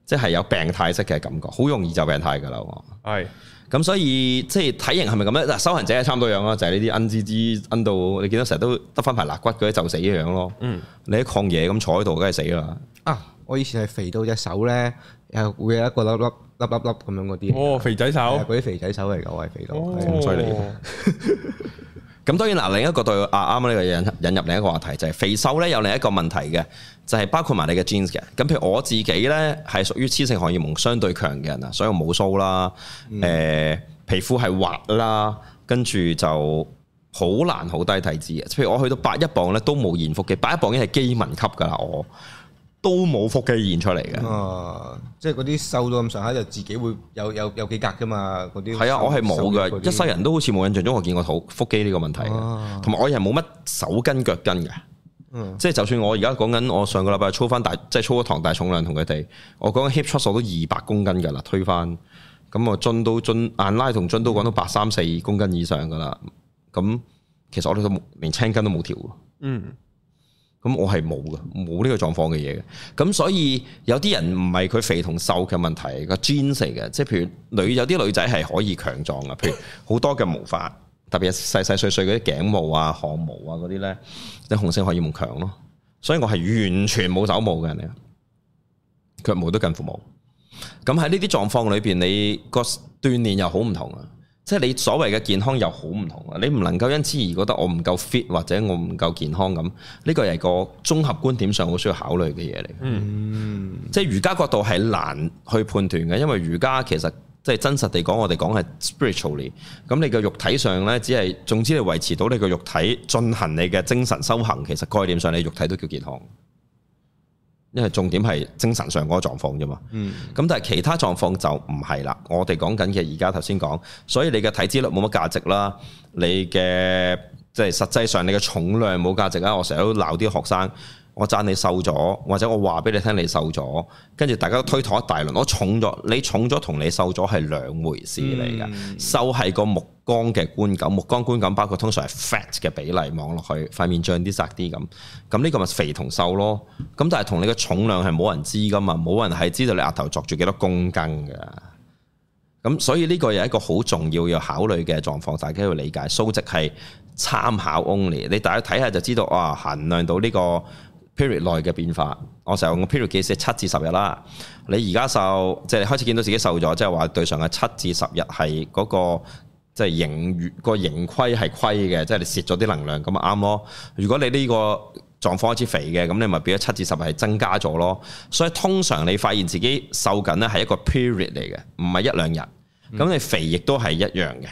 S3: 即係有病態式嘅感覺，好容易就病態㗎啦。我
S1: 係
S3: 咁所以即係體型係咪咁呢？嗱，修行者係差唔多樣啦，啊就係呢啲恩滋滋恩到你見到成日都得翻排肋骨嗰啲就死嘅樣咯。
S1: 嗯，
S3: 你一抗嘢咁坐喺度，梗係死啦。
S2: 啊，我以前係肥到隻手咧，又會有一個粒粒粒粒粒咁樣嗰啲，
S1: 哦，肥仔
S2: 係
S1: 手
S2: 啊，嗰啲肥仔手嚟㗎，我係肥到，
S1: 哦
S2: 係啊
S3: 犀利咁當然嗱，另一個對啊啱啱呢個引引入另一個話題就係、肥瘦咧有另一個問題嘅，就係、包括埋你嘅 genes 嘅。咁譬如我自己咧係屬於雌性荷爾蒙相對強嘅人啊，所以我冇鬚啦，
S2: 嗯
S3: 誒、皮膚係滑啦，跟住就好難好低體脂嘅。譬如我去到八一磅咧都冇現腹肌，八一磅已經係基民級㗎啦，我都冇腹肌現出嚟嘅。
S2: 啊，即係嗰啲瘦到咁上下就自己會有有有幾格㗎嘛，嗰啲
S3: 係啊，
S2: 瘦
S3: 我係冇
S2: 瘦肉
S3: 嘅，
S2: 嗰啲
S3: 一世人都好似冇印象中我見過肚腹肌呢個問題嘅，
S2: 啊
S3: 同埋、我又冇乜手筋腳筋嘅。
S2: 嗯
S3: 即係就算我而家講緊，我上個禮拜操翻大，即係操咗堂大重量同佢哋，我講緊 hip thrust 我都二百公斤㗎啦，推翻，咁我樽都樽硬拉同樽都講到百三四公斤以上㗎啦，咁其實我哋都冇連青筋都冇條喎。
S1: 嗯，
S3: 咁我係冇嘅，冇呢個狀況嘅嘢嘅。咁所以有啲人唔係佢肥同瘦嘅問題，個 genes 嚟嘅。即係譬如女有啲女仔係可以強壯嘅，譬如好多嘅毛髮，特別係細細碎碎嗰啲頸毛啊、汗毛啊嗰啲咧，你雄性荷爾蒙強咯。所以我係完全冇手毛嘅人嚟嘅，腳毛都近乎冇。咁喺呢啲狀況裏邊，你個鍛鍊又好唔同啊！即係你所謂嘅健康又好唔同啊！你唔能夠因此而覺得我唔夠 fit 或者我唔夠健康咁，呢個係個綜合觀點上好需要考慮嘅嘢嚟。
S2: 嗯
S3: 即係瑜伽角度係難哎去判斷嘅，因為瑜伽其實即係真實地講，我哋講係 spiritually。咁你嘅肉體上呢，只係總之你維持到你嘅肉體進行你嘅精神修行，其實概念上你肉體都叫健康，因為重點係精神上嗰個狀況啫嘛。
S2: 嗯
S3: 咁但係其他狀況就唔係啦。我哋講緊嘅而家頭先講，所以你嘅體脂率冇乜價值啦，啊你嘅即係實際上你嘅重量冇價值啦。我成日都鬧啲學生，我讚你瘦咗，或者我話俾你聽你瘦咗，跟住大家都推搪一大輪。我重咗，你重咗同你瘦咗係兩回事嚟嘅。瘦係個目光嘅觀感，目光觀感包括通常係 fat 嘅比例望落去，塊面脹啲窄啲咁。咁呢個咪肥同瘦咯。咁但係同你嘅重量係冇人知噶嘛，冇人係知道你額頭作住幾多公斤㗎。咁所以呢個又係一個好重要要考慮嘅狀況，大家要理解數值係參考 only。你大家睇下就知道，哇，衡量到呢個 period 內嘅變化。我成日用個 period 記寫七至十日啦。你而家瘦，即係你開始見到自己瘦咗，即係話對上嘅七至十日係嗰個。即係盈餘個盈虧係虧嘅，即係你蝕咗啲能量咁咪啱咯。如果你呢個狀況開始肥嘅，咁你咪變咗七至十係增加咗咯。所以通常你發現自己瘦緊咧係一個 period 嚟嘅，唔係一兩日。咁你肥亦都係一樣嘅，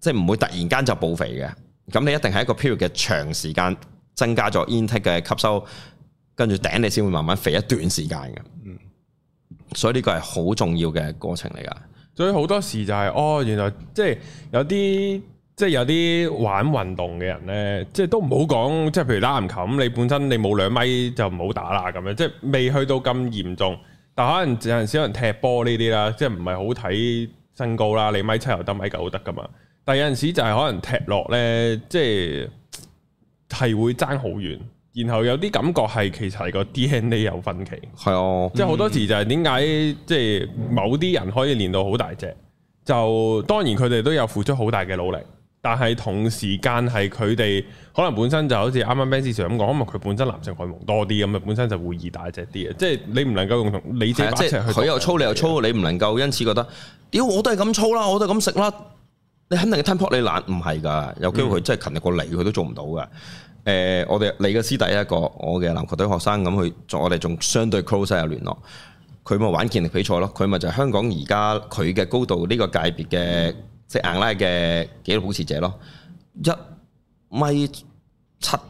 S3: 即係唔會突然間就暴肥嘅。咁你一定係一個 period 嘅長時間增加咗 intake 嘅吸收，跟住頂你先會慢慢肥一段時間嘅。所以呢個係好重要嘅過程嚟噶。
S1: 所以好多時就係、哦，原來即係有啲即係有啲玩運動嘅人咧，即係都唔好講，即係譬如打籃球咁，你本身你冇兩米就唔好打啦咁樣，即係未去到咁嚴重，但可能有陣時可能踢波呢啲啦，即係唔係好睇身高啦，你米七又得，米九都得噶嘛。但有陣時就係可能踢落咧，即係係會爭好遠，然後有啲感覺係其實係個 DNA 有分歧。
S3: 係啊，
S1: 即係好多時就係點解即係某啲人可以練到好大隻，就當然佢哋都有付出好大嘅努力，但係同時間係佢哋可能本身就好似啱啱 Ben 之前咁講，可能佢本身男性荷爾蒙多啲咁啊，本身就會易大隻啲嘅，即係你唔能夠用同你自己
S3: 係啊
S1: 把
S3: 即
S1: 尺去
S3: 係啊佢又
S1: 度
S3: 粗，你又粗，你唔能夠因此覺得，屌我都係咁粗啦，我都係咁食啦，你肯定係吞 pot 你懶，唔係㗎，有機會佢真係勤力過你，佢都做唔到㗎。誒、我哋你嘅師弟一個，我嘅籃球隊學生咁，佢仲我哋仲相對 close 啊有聯絡，佢咪玩健力比賽咯，佢咪就係香港而家佢嘅高度呢個界別嘅即係硬拉嘅紀錄保持者咯，一米七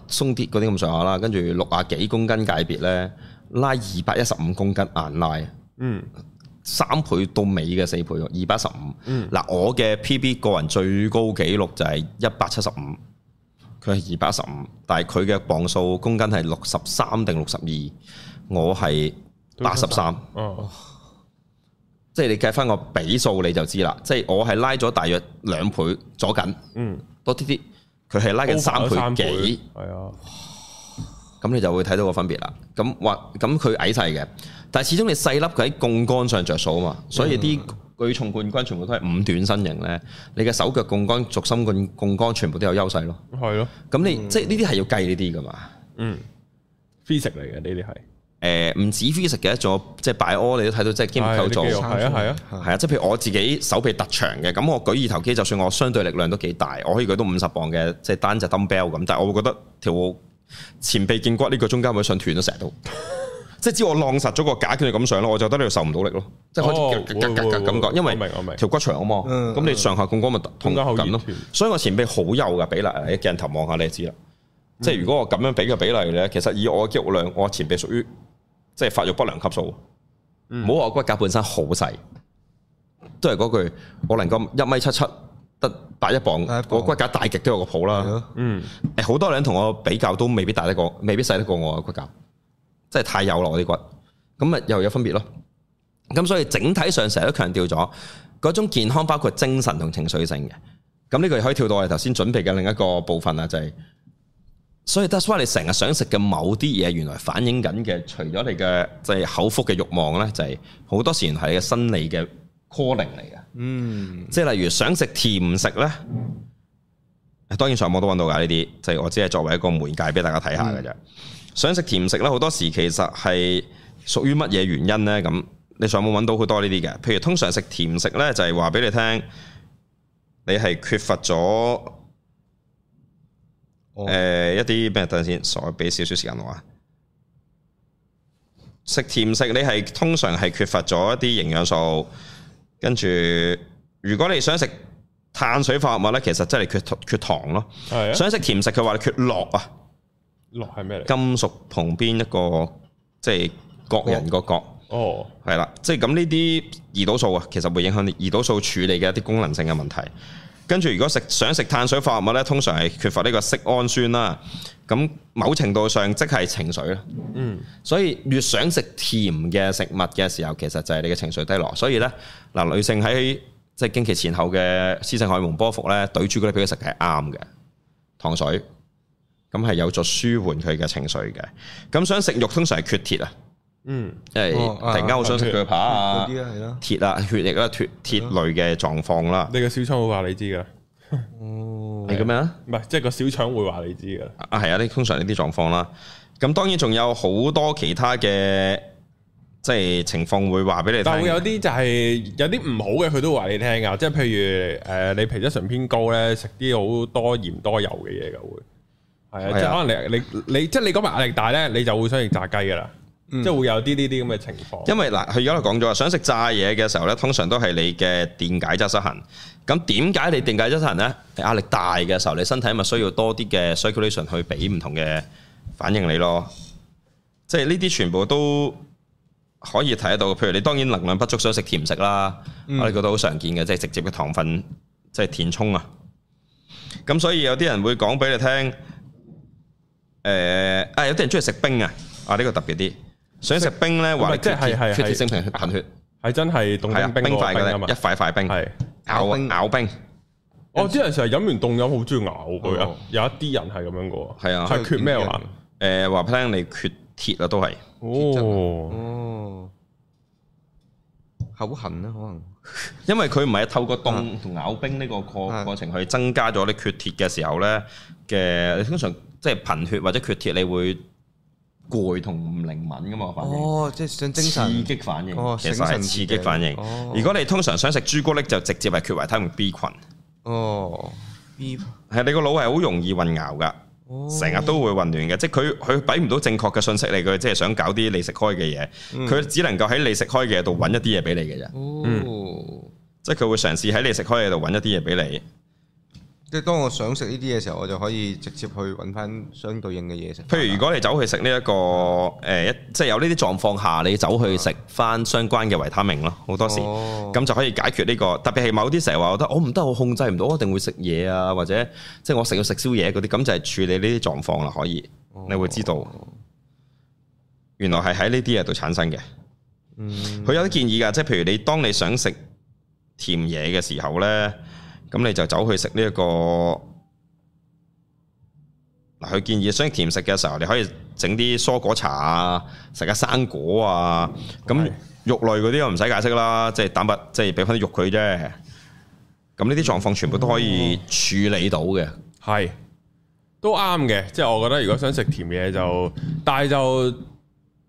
S3: 鬆啲嗰啲咁上下啦，跟住六啊幾公斤界別咧，拉二百一十五公斤硬拉。
S1: 嗯
S3: 三倍到尾嘅四倍喎，二百一十五。嗱，我嘅 PB 個人最高紀錄就係一百七十五，佢係二百一十五，但係佢嘅磅數公斤係六十三定六十二，我係八十三。
S1: 哦，
S3: 即係你計翻個比數你就知啦。即係我係拉咗大約兩倍左緊
S1: 嗯，
S3: 多啲啲，佢係拉緊
S1: 高
S3: 三
S1: 哦三
S3: 倍幾。
S1: 係啊，
S3: 咁你就會睇到個分別啦。咁或咁佢矮細嘅，但係始終你細粒佢喺槓桿上着數啊嘛，所
S1: 嗯
S3: 以啲舉重冠軍全部都係五短身形咧，你嘅手腳槓桿、軸心槓槓桿全部都有優勢咯。
S1: 係咯，
S3: 咁你、即係呢啲係要計呢啲噶嘛？
S1: 嗯，physics 嚟嘅呢啲係，
S3: 誒唔止 physics 嘅，仲有即係擺 all 你都睇到即係肌肉
S1: 係
S3: 構
S1: 啲
S3: 造
S1: 肌。肉係啊係啊，
S3: 係啊，即係譬如我自己手臂特長嘅，咁我舉二頭肌，就算我相對力量都幾大，我可以舉到五十磅嘅，即係單隻 dumbbell 咁，但係我會覺得條前臂脛骨呢個中間位上斷咗成日都， (laughs) 即係只要我晾實咗個架，跟住咁上咯，我就覺得你受唔到力咯，即係開
S1: 哦
S3: 始格格格格
S1: 會會
S3: 感覺，因
S1: 我
S3: 為
S1: 明我明
S3: 條骨長啊嘛，
S2: 嗯
S3: 咁你上下槓桿咪
S1: 中
S3: 同
S1: 間好
S3: 緊咯
S1: 遠，
S3: 所以我前臂好幼嘅比例，你鏡頭望下你就知啦。即係如果我咁樣比嘅比例咧，其實以我嘅肌肉量，我前臂屬於即係發育不良級數。唔好話我骨架本身好細，都係嗰句，我能夠一米七七得八一磅
S2: 81磅，
S3: 我骨架大極都有個譜
S2: 係
S3: 啦。
S2: 咯
S1: 嗯
S3: 誒，好多人同我比較都未必大得過，未必細得過我嘅啊骨架，真係太幼啦我啲骨，咁咪又有分別咯。咁所以整體上成日都強調咗嗰種健康，包括精神同情緒性嘅。咁呢個可以跳到我哋頭先準備嘅另一個部分啦，就係、所以 that's why 你成日想食嘅某啲嘢，原來反映緊嘅，除咗你嘅即係口腹嘅慾望咧，就係、好多時原來係你嘅生理嘅 calling 嚟嘅。
S2: 嗯，
S3: 即係例如想食甜食咧，當然上網都揾到㗎呢啲，即係我只係作為一個媒介俾大家睇下嘅啫。想食甜食咧，好多時其實係屬於乜嘢原因呢？咁你上網揾到好多呢啲嘅，譬如通常食甜食呢，就係話俾你聽，你係缺乏咗誒、
S2: 哦
S1: 啊
S3: 一啲咩？等陣先，所俾少少時間我啊。食甜食你係通常係缺乏咗一啲營養素，跟住如果你想食碳水化合物呢，其實真係缺缺糖咯。
S1: 係啊，
S3: 想食甜食佢話你缺鉻啊。
S1: 落係咩嚟？
S3: 金屬旁邊一個即係各人個角，
S1: 哦，
S3: 係啦，即係咁呢啲胰島素啊，其實會影響你胰島素處理嘅一啲功能性嘅問題。跟住如果食想食碳水化合物咧，通常係缺乏呢個色氨酸啦。咁某程度上即係情緒啦。
S1: 嗯，
S3: 所以越想食甜嘅食物嘅時候，其實就係你嘅情緒低落。所以呢，嗱，女性喺即係經期前後嘅雌性荷爾蒙波幅呢，懟朱古力俾佢食係啱嘅，糖水咁係有助舒緩佢嘅情緒嘅。咁想食肉通常係缺鐵啊，
S1: 嗯，
S3: 因為
S2: 哦
S3: 突然間好想食鋸
S2: 嗰
S3: 扒啊、
S2: 啲啊，係咯。
S3: 鐵啊、血液啦、鐵鐵類嘅狀況啦。
S1: 你個小腸會話你知噶，
S2: 哦，
S3: 係咁樣啊？
S1: 唔係即係個小腸會話你知噶。
S3: 啊，係啊，呢通常呢啲狀況啦。咁當然仲有好多其他嘅即係情況會話俾你聽。
S1: 但會有啲就係有啲唔好嘅，佢都話你聽㗎，即係譬如誒、呃你皮質醇偏高咧，食啲好多鹽多油嘅嘢㗎會，係
S3: 係
S1: 啊，
S3: 啊
S1: 即係可能你你你即係你嗰排壓力大咧，你就會想食炸雞㗎啦，
S3: 嗯
S1: 即係會有啲呢啲咁嘅情況。
S3: 因為嗱，佢而家都講咗，啊想食炸嘢嘅時候咧，通常都係你嘅電解質失衡。咁點解你電解質失衡咧？壓力大嘅時候，你身體咪需要多啲嘅 circulation 去俾唔同嘅反應你咯。即係呢啲全部都可以睇得到。譬如你當然能量不足，想食甜食啦，
S1: 嗯
S3: 我哋覺得好常見嘅，即係直接嘅糖分，即係填充啊。咁所以有啲人會講俾你聽，誒、啊有啲人中意食冰啊，啊呢、個特別啲，想食冰咧話你
S1: 即
S3: 缺
S1: 係係係
S3: 鐵缺鐵
S1: 係
S3: 性貧貧血，
S1: 係真係凍
S3: 係啊
S1: 冰
S3: 冰
S1: 冰嗰
S3: 塊
S1: 個
S3: 嘅
S1: 冰啊嘛
S3: 啫，一，塊塊冰，
S1: 係。
S3: 咬
S2: 冰
S3: 咬冰，
S1: 我啲人成日飲完凍飲好中意咬佢啊
S2: 哦，
S1: 有一啲人係咁樣嘅喎。
S3: 係啊
S1: 係缺咩話？
S3: 誒話俾你聽你缺鐵啊都係，啊
S1: 哦，
S2: 哦，口痕啊，可能
S3: 因為佢唔係透過凍同咬冰呢個過
S2: 啊
S3: 過程去增加咗啲缺鐵嘅時候咧嘅，通常即係貧血或者缺鐵，你會攰同唔靈敏噶嘛反應。
S2: 哦，即係想精
S3: 刺
S2: 神
S3: 激反應，
S2: 哦
S3: 其實
S2: 醒
S3: 係
S2: 神
S3: 刺
S2: 自
S3: 激
S2: 己
S3: 反應。
S2: 哦
S3: 如果你通常想食朱古力，就直接係缺維他命 B 群，
S2: 哦，B
S3: 係你個腦係好容易混淆噶，
S2: 哦
S3: 成日都會混亂嘅。即係佢佢俾唔到正確嘅信息你，佢即係想搞啲你食開嘅嘢，
S2: 嗯
S3: 佢只能夠喺你食開嘅嘢度揾一啲嘢俾你嘅啫。
S2: 哦，
S3: 即係佢會嘗試喺你食開嘅度揾一啲嘢俾你。
S2: 即係當我想食呢啲嘢嘅時候，我就可以直接去揾翻相對應嘅嘢食。
S3: 譬如如果你走去食呢一個誒一，即係有呢啲狀況下，你走去食翻相關嘅維他命咯，好多時。
S2: 哦
S3: 咁就可以解決呢、個，特別係某啲成日話覺哦得我唔得，我控制唔到，我一定會食嘢啊，或者即係我食要食宵夜嗰啲，咁就係處理呢啲狀況啦。可以，
S2: 哦
S3: 你會知道原來係喺呢啲嘢度產生嘅。
S1: 嗯
S2: 嗯
S3: 佢有啲建議㗎，即係譬如你當你想食甜嘢嘅時候呢，咁你就走去食呢一個嗱，佢建議想食甜食嘅時候，你可以整啲蔬果茶啊，食下生果啊，咁
S1: 係
S3: 肉類嗰啲我唔使解釋啦，即係蛋白，即係俾翻啲肉佢啫。咁
S1: 嗯
S3: 呢啲狀況全部都可
S1: 哦
S3: 以處理到嘅，
S1: 係都啱嘅，即係我覺得如果想食甜嘢就，但係就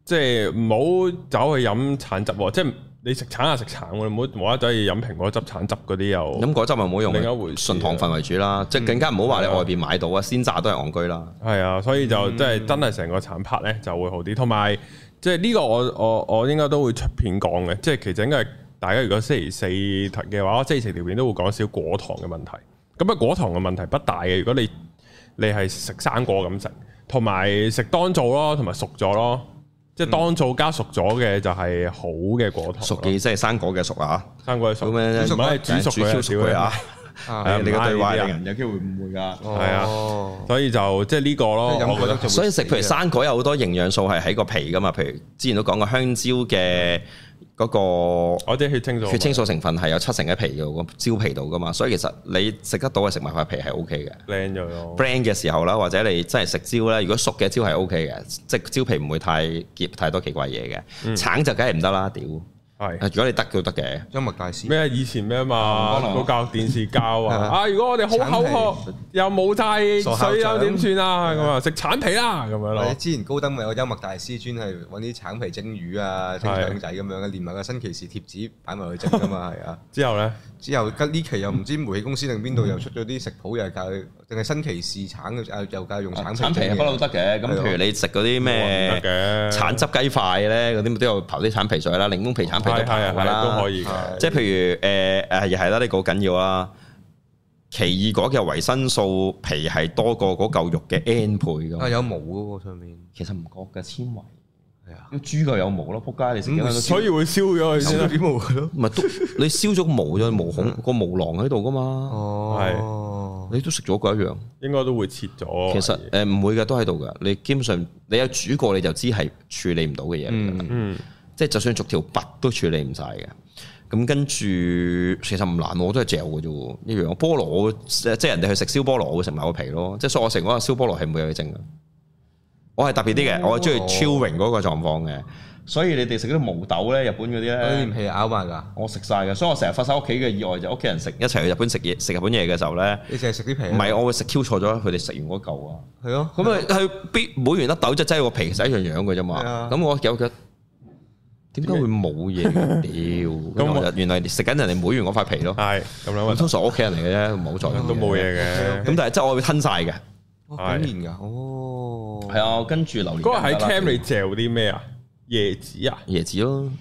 S1: 即係唔好走去飲橙汁喎，即係你食橙啊食橙喎，你唔好無啦啦走去飲蘋果汁、橙汁嗰啲又
S3: 飲果汁咪唔好用
S1: 另一回
S3: 嘅，
S1: 事啊嗯
S3: 純糖分為主啦，即係更加唔好話你外邊買到啊，鮮榨都係戇居啦。
S1: 係啊，所以就即係真係成個橙 part 咧就會好啲，同埋即係呢個我我我應該都會出片講嘅，即係其實應該係大家如果星期四嘅話，我星期四條片都會講少果糖嘅問題。咁啊，果糖嘅問題不大嘅，如果你你係食生果咁食，同埋食當造咯，同埋熟咗咯，即係當造加熟咗嘅就係好嘅果糖咯。
S3: 熟嘅即係生果嘅熟啊，
S1: 生果係熟，
S3: 咁
S1: 唔
S3: 樣
S1: 係煮熟佢啊
S3: 超熟佢啊，！
S2: 啊，
S1: 誒
S3: 你個
S1: 唔啱
S3: 對話
S1: 呢啲啊
S3: 令人有機會誤會㗎。
S1: 係啊
S2: 哦
S1: 所以就即係呢個
S3: 哦
S1: 咯，
S2: 即係飲
S1: 我覺
S2: 過
S1: 得
S2: 汁就會
S3: 所以食譬如
S2: 死啊
S3: 生果有好多營養素係喺個皮㗎嘛，譬如之前都講過香蕉嘅嗰
S1: 我啲血清素
S3: 個
S1: 啊
S3: 血清
S1: 嘛
S3: 素成分係有七成喺皮嘅個蕉皮度㗎嘛，所以其實你食得到嘅食埋塊皮係 O K 嘅。
S1: 靚咗咯。
S3: brand 嘅時候啦，或者你真係食蕉咧，如果熟嘅蕉係 O K 嘅，即係蕉皮唔會太澀太多奇怪嘢嘅。
S1: 嗯
S3: 橙就梗係唔得啦，屌！如
S1: 係
S3: 果你得都得嘅，
S2: 音樂大師
S1: 咩？以前咩嘛？
S3: 哦可能
S1: 嗰教電視教
S3: (laughs)
S1: 啊！
S2: 係啊
S1: 啊，如果我哋好口渴又冇晒水
S2: 傻
S1: 飲
S2: 烤
S1: 點算啊？咁啊，食橙皮啦咁樣
S2: 或者
S1: 咯。
S2: 之前高登咪有音樂大師專係揾啲橙皮蒸魚啊、蒸腸仔咁樣嘅，連埋個新奇士貼紙擺埋去蒸噶
S3: (laughs)
S2: 嘛，係啊。
S1: 之後咧，
S2: 之後吉呢期又唔知煤氣公司定邊度又出咗啲食譜，又係教佢淨係新奇士橙嘅，啊又教用橙皮
S3: 啊橙皮係
S2: 整
S3: 不
S2: 嘢
S3: 嬲得嘅。咁
S2: 係咯
S3: 譬如你食嗰啲
S1: 唔
S3: 咩
S1: 得嘅
S3: 橙汁雞塊咧，嗰啲都有刨啲橙皮水啦，檸檬皮橙皮都
S1: 係
S3: 刨
S1: 係
S3: 㗎
S1: 係
S3: 啦，
S1: 都可以嘅。
S3: 即係譬如誒誒，又係啦，呢個好緊要啦。奇異果嘅維生素皮係多過嗰嚿肉嘅 N 倍
S2: 啊
S3: 㗎，
S2: 有毛嘅喎上面，
S3: 其實唔覺嘅纖維。
S2: 係係啊，
S3: 豬腳有毛咯，仆街你食幾多都
S1: 嗯所以會燒咗佢
S3: 啊
S1: 先啦。
S2: 點冇咯？
S3: 唔係都你燒咗個毛咗毛孔個毛囊喺度噶嘛，
S2: 哦，
S3: 你都食咗嗰一樣。
S1: 應該都會切咗。
S3: 其實誒唔會嘅，都喺度嘅。你基本上你有煮過你就知係處理唔到嘅嘢嚟㗎啦。
S1: 嗯，
S3: 即係就算逐條拔都處理唔晒嘅。咁跟住其實唔難喎，我都係嚼嘅啫喎，一樣。菠蘿我即係人哋去食燒菠蘿，我會食埋個皮咯。即係所以我食嗰個燒菠蘿係唔會有嘢整嘅。我係特別啲嘅，我係中意
S2: 哦
S3: chewing 嗰個狀況嘅。所以你哋食嗰啲毛豆咧，日本嗰
S2: 你
S3: 啲咧
S1: 哎
S2: 連。皮咬埋㗎，
S3: 我食晒嘅，所以我成日發生屋企嘅意外就屋企人食一齊去日本食嘢食日本嘢嘅時候咧，
S2: 你淨係食啲皮啊？
S3: 唔係我會食 Q 錯咗佢哋食完嗰嚿啊，
S2: 係咯，
S3: 咁啊佢必每完粒豆即係擠個皮其實一樣樣嘅啫
S2: 係啊
S3: 嘛，咁我有佢點解會冇
S1: (laughs)
S3: 嘢嘅？屌，
S1: 咁
S3: 咁
S1: 我
S3: 我就原來食緊人哋每完嗰塊皮咯，
S1: 係咁
S3: 咁
S1: 樣
S3: 通常我屋企人嚟嘅啫，唔好在
S1: 都冇嘢
S3: (laughs)
S1: 嘅。
S3: 咁但係即係我會吞晒嘅，
S2: 哦咁然㗎，哦，
S3: 係啊，跟住榴蓮
S1: 嗰日喺
S3: 就得啦
S1: cam 你嚼啲咩啊？椰子啊，
S3: 椰子咯，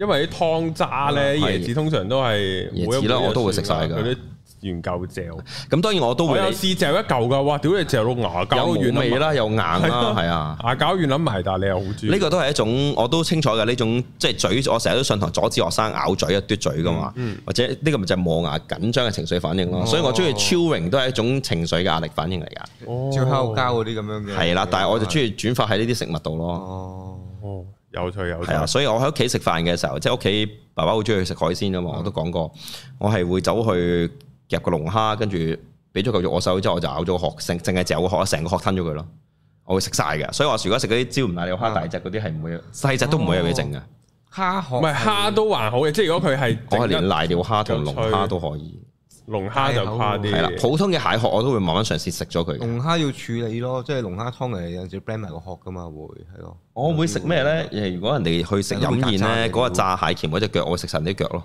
S1: 因為啲湯渣咧，
S3: 嗯係
S1: 椰子通常都係每一
S3: 椰子啦
S1: 杯就
S3: 我都會食晒
S1: 算啦
S3: 㗎
S1: 佢啲原嚿嚼，
S3: 咁當然我都
S1: 我
S3: 會
S1: 有
S3: 有
S1: 試嚼一嚿㗎，哇！屌你嚼到牙搞
S3: 冇
S1: 軟
S3: 味
S1: 啦，
S3: 啦，有硬啦，
S1: 係啊
S3: 係啊。
S1: 牙搞軟諗埋，但係你又好中意
S3: 呢個都係一種我都清楚嘅呢種，即係嘴，我成日都上堂阻止學生咬嘴啊、嘟嘴噶嘛，或者呢個咪就係磨牙緊張嘅情緒反應咯。
S2: 嗯哦
S3: 所以我中意 chewing 都係一種情緒嘅壓力反應嚟㗎，
S1: 哦
S2: 照烤膠嗰啲咁樣嘅，
S3: 係啦。但係我就中意轉發喺呢啲食物度咯，
S2: 哦，
S1: 哦，有趣有趣
S3: 係，啊。所以我喺屋企食飯嘅時候，即係屋企爸爸好中意去食海鮮噶嘛，我都
S2: 嗯
S3: 講過，我係會走去夾個龍蝦，跟住俾咗嚿肉我手之後，我就咬咗個殼，成淨係嚼個殼，成個殼吞咗佢咯。我會食晒㗎，所以話如果食嗰啲椒鹽瀨尿蝦大隻嗰啲係唔會，細隻都唔會有嘢整㗎。
S2: 蝦殼
S1: 唔係蝦都還好嘅，即係如果佢係
S3: 我係
S1: 整
S3: 連
S1: 得
S3: 瀨尿蝦同龍蝦都可以，
S1: 龍蝦就誇
S2: 係嗯
S3: 係啦。
S1: 啲，
S3: 普通嘅蟹殼我都會慢慢嘗試食咗佢嘅。
S2: 龍蝦要處理咯，即係龍蝦湯嚟有陣時 blend 埋個殼噶嘛，會係咯。
S3: 我會食咩咧？如果人哋去食飲宴咧，嗰個炸蟹鉗嗰只腳，我會食晒啲腳咯，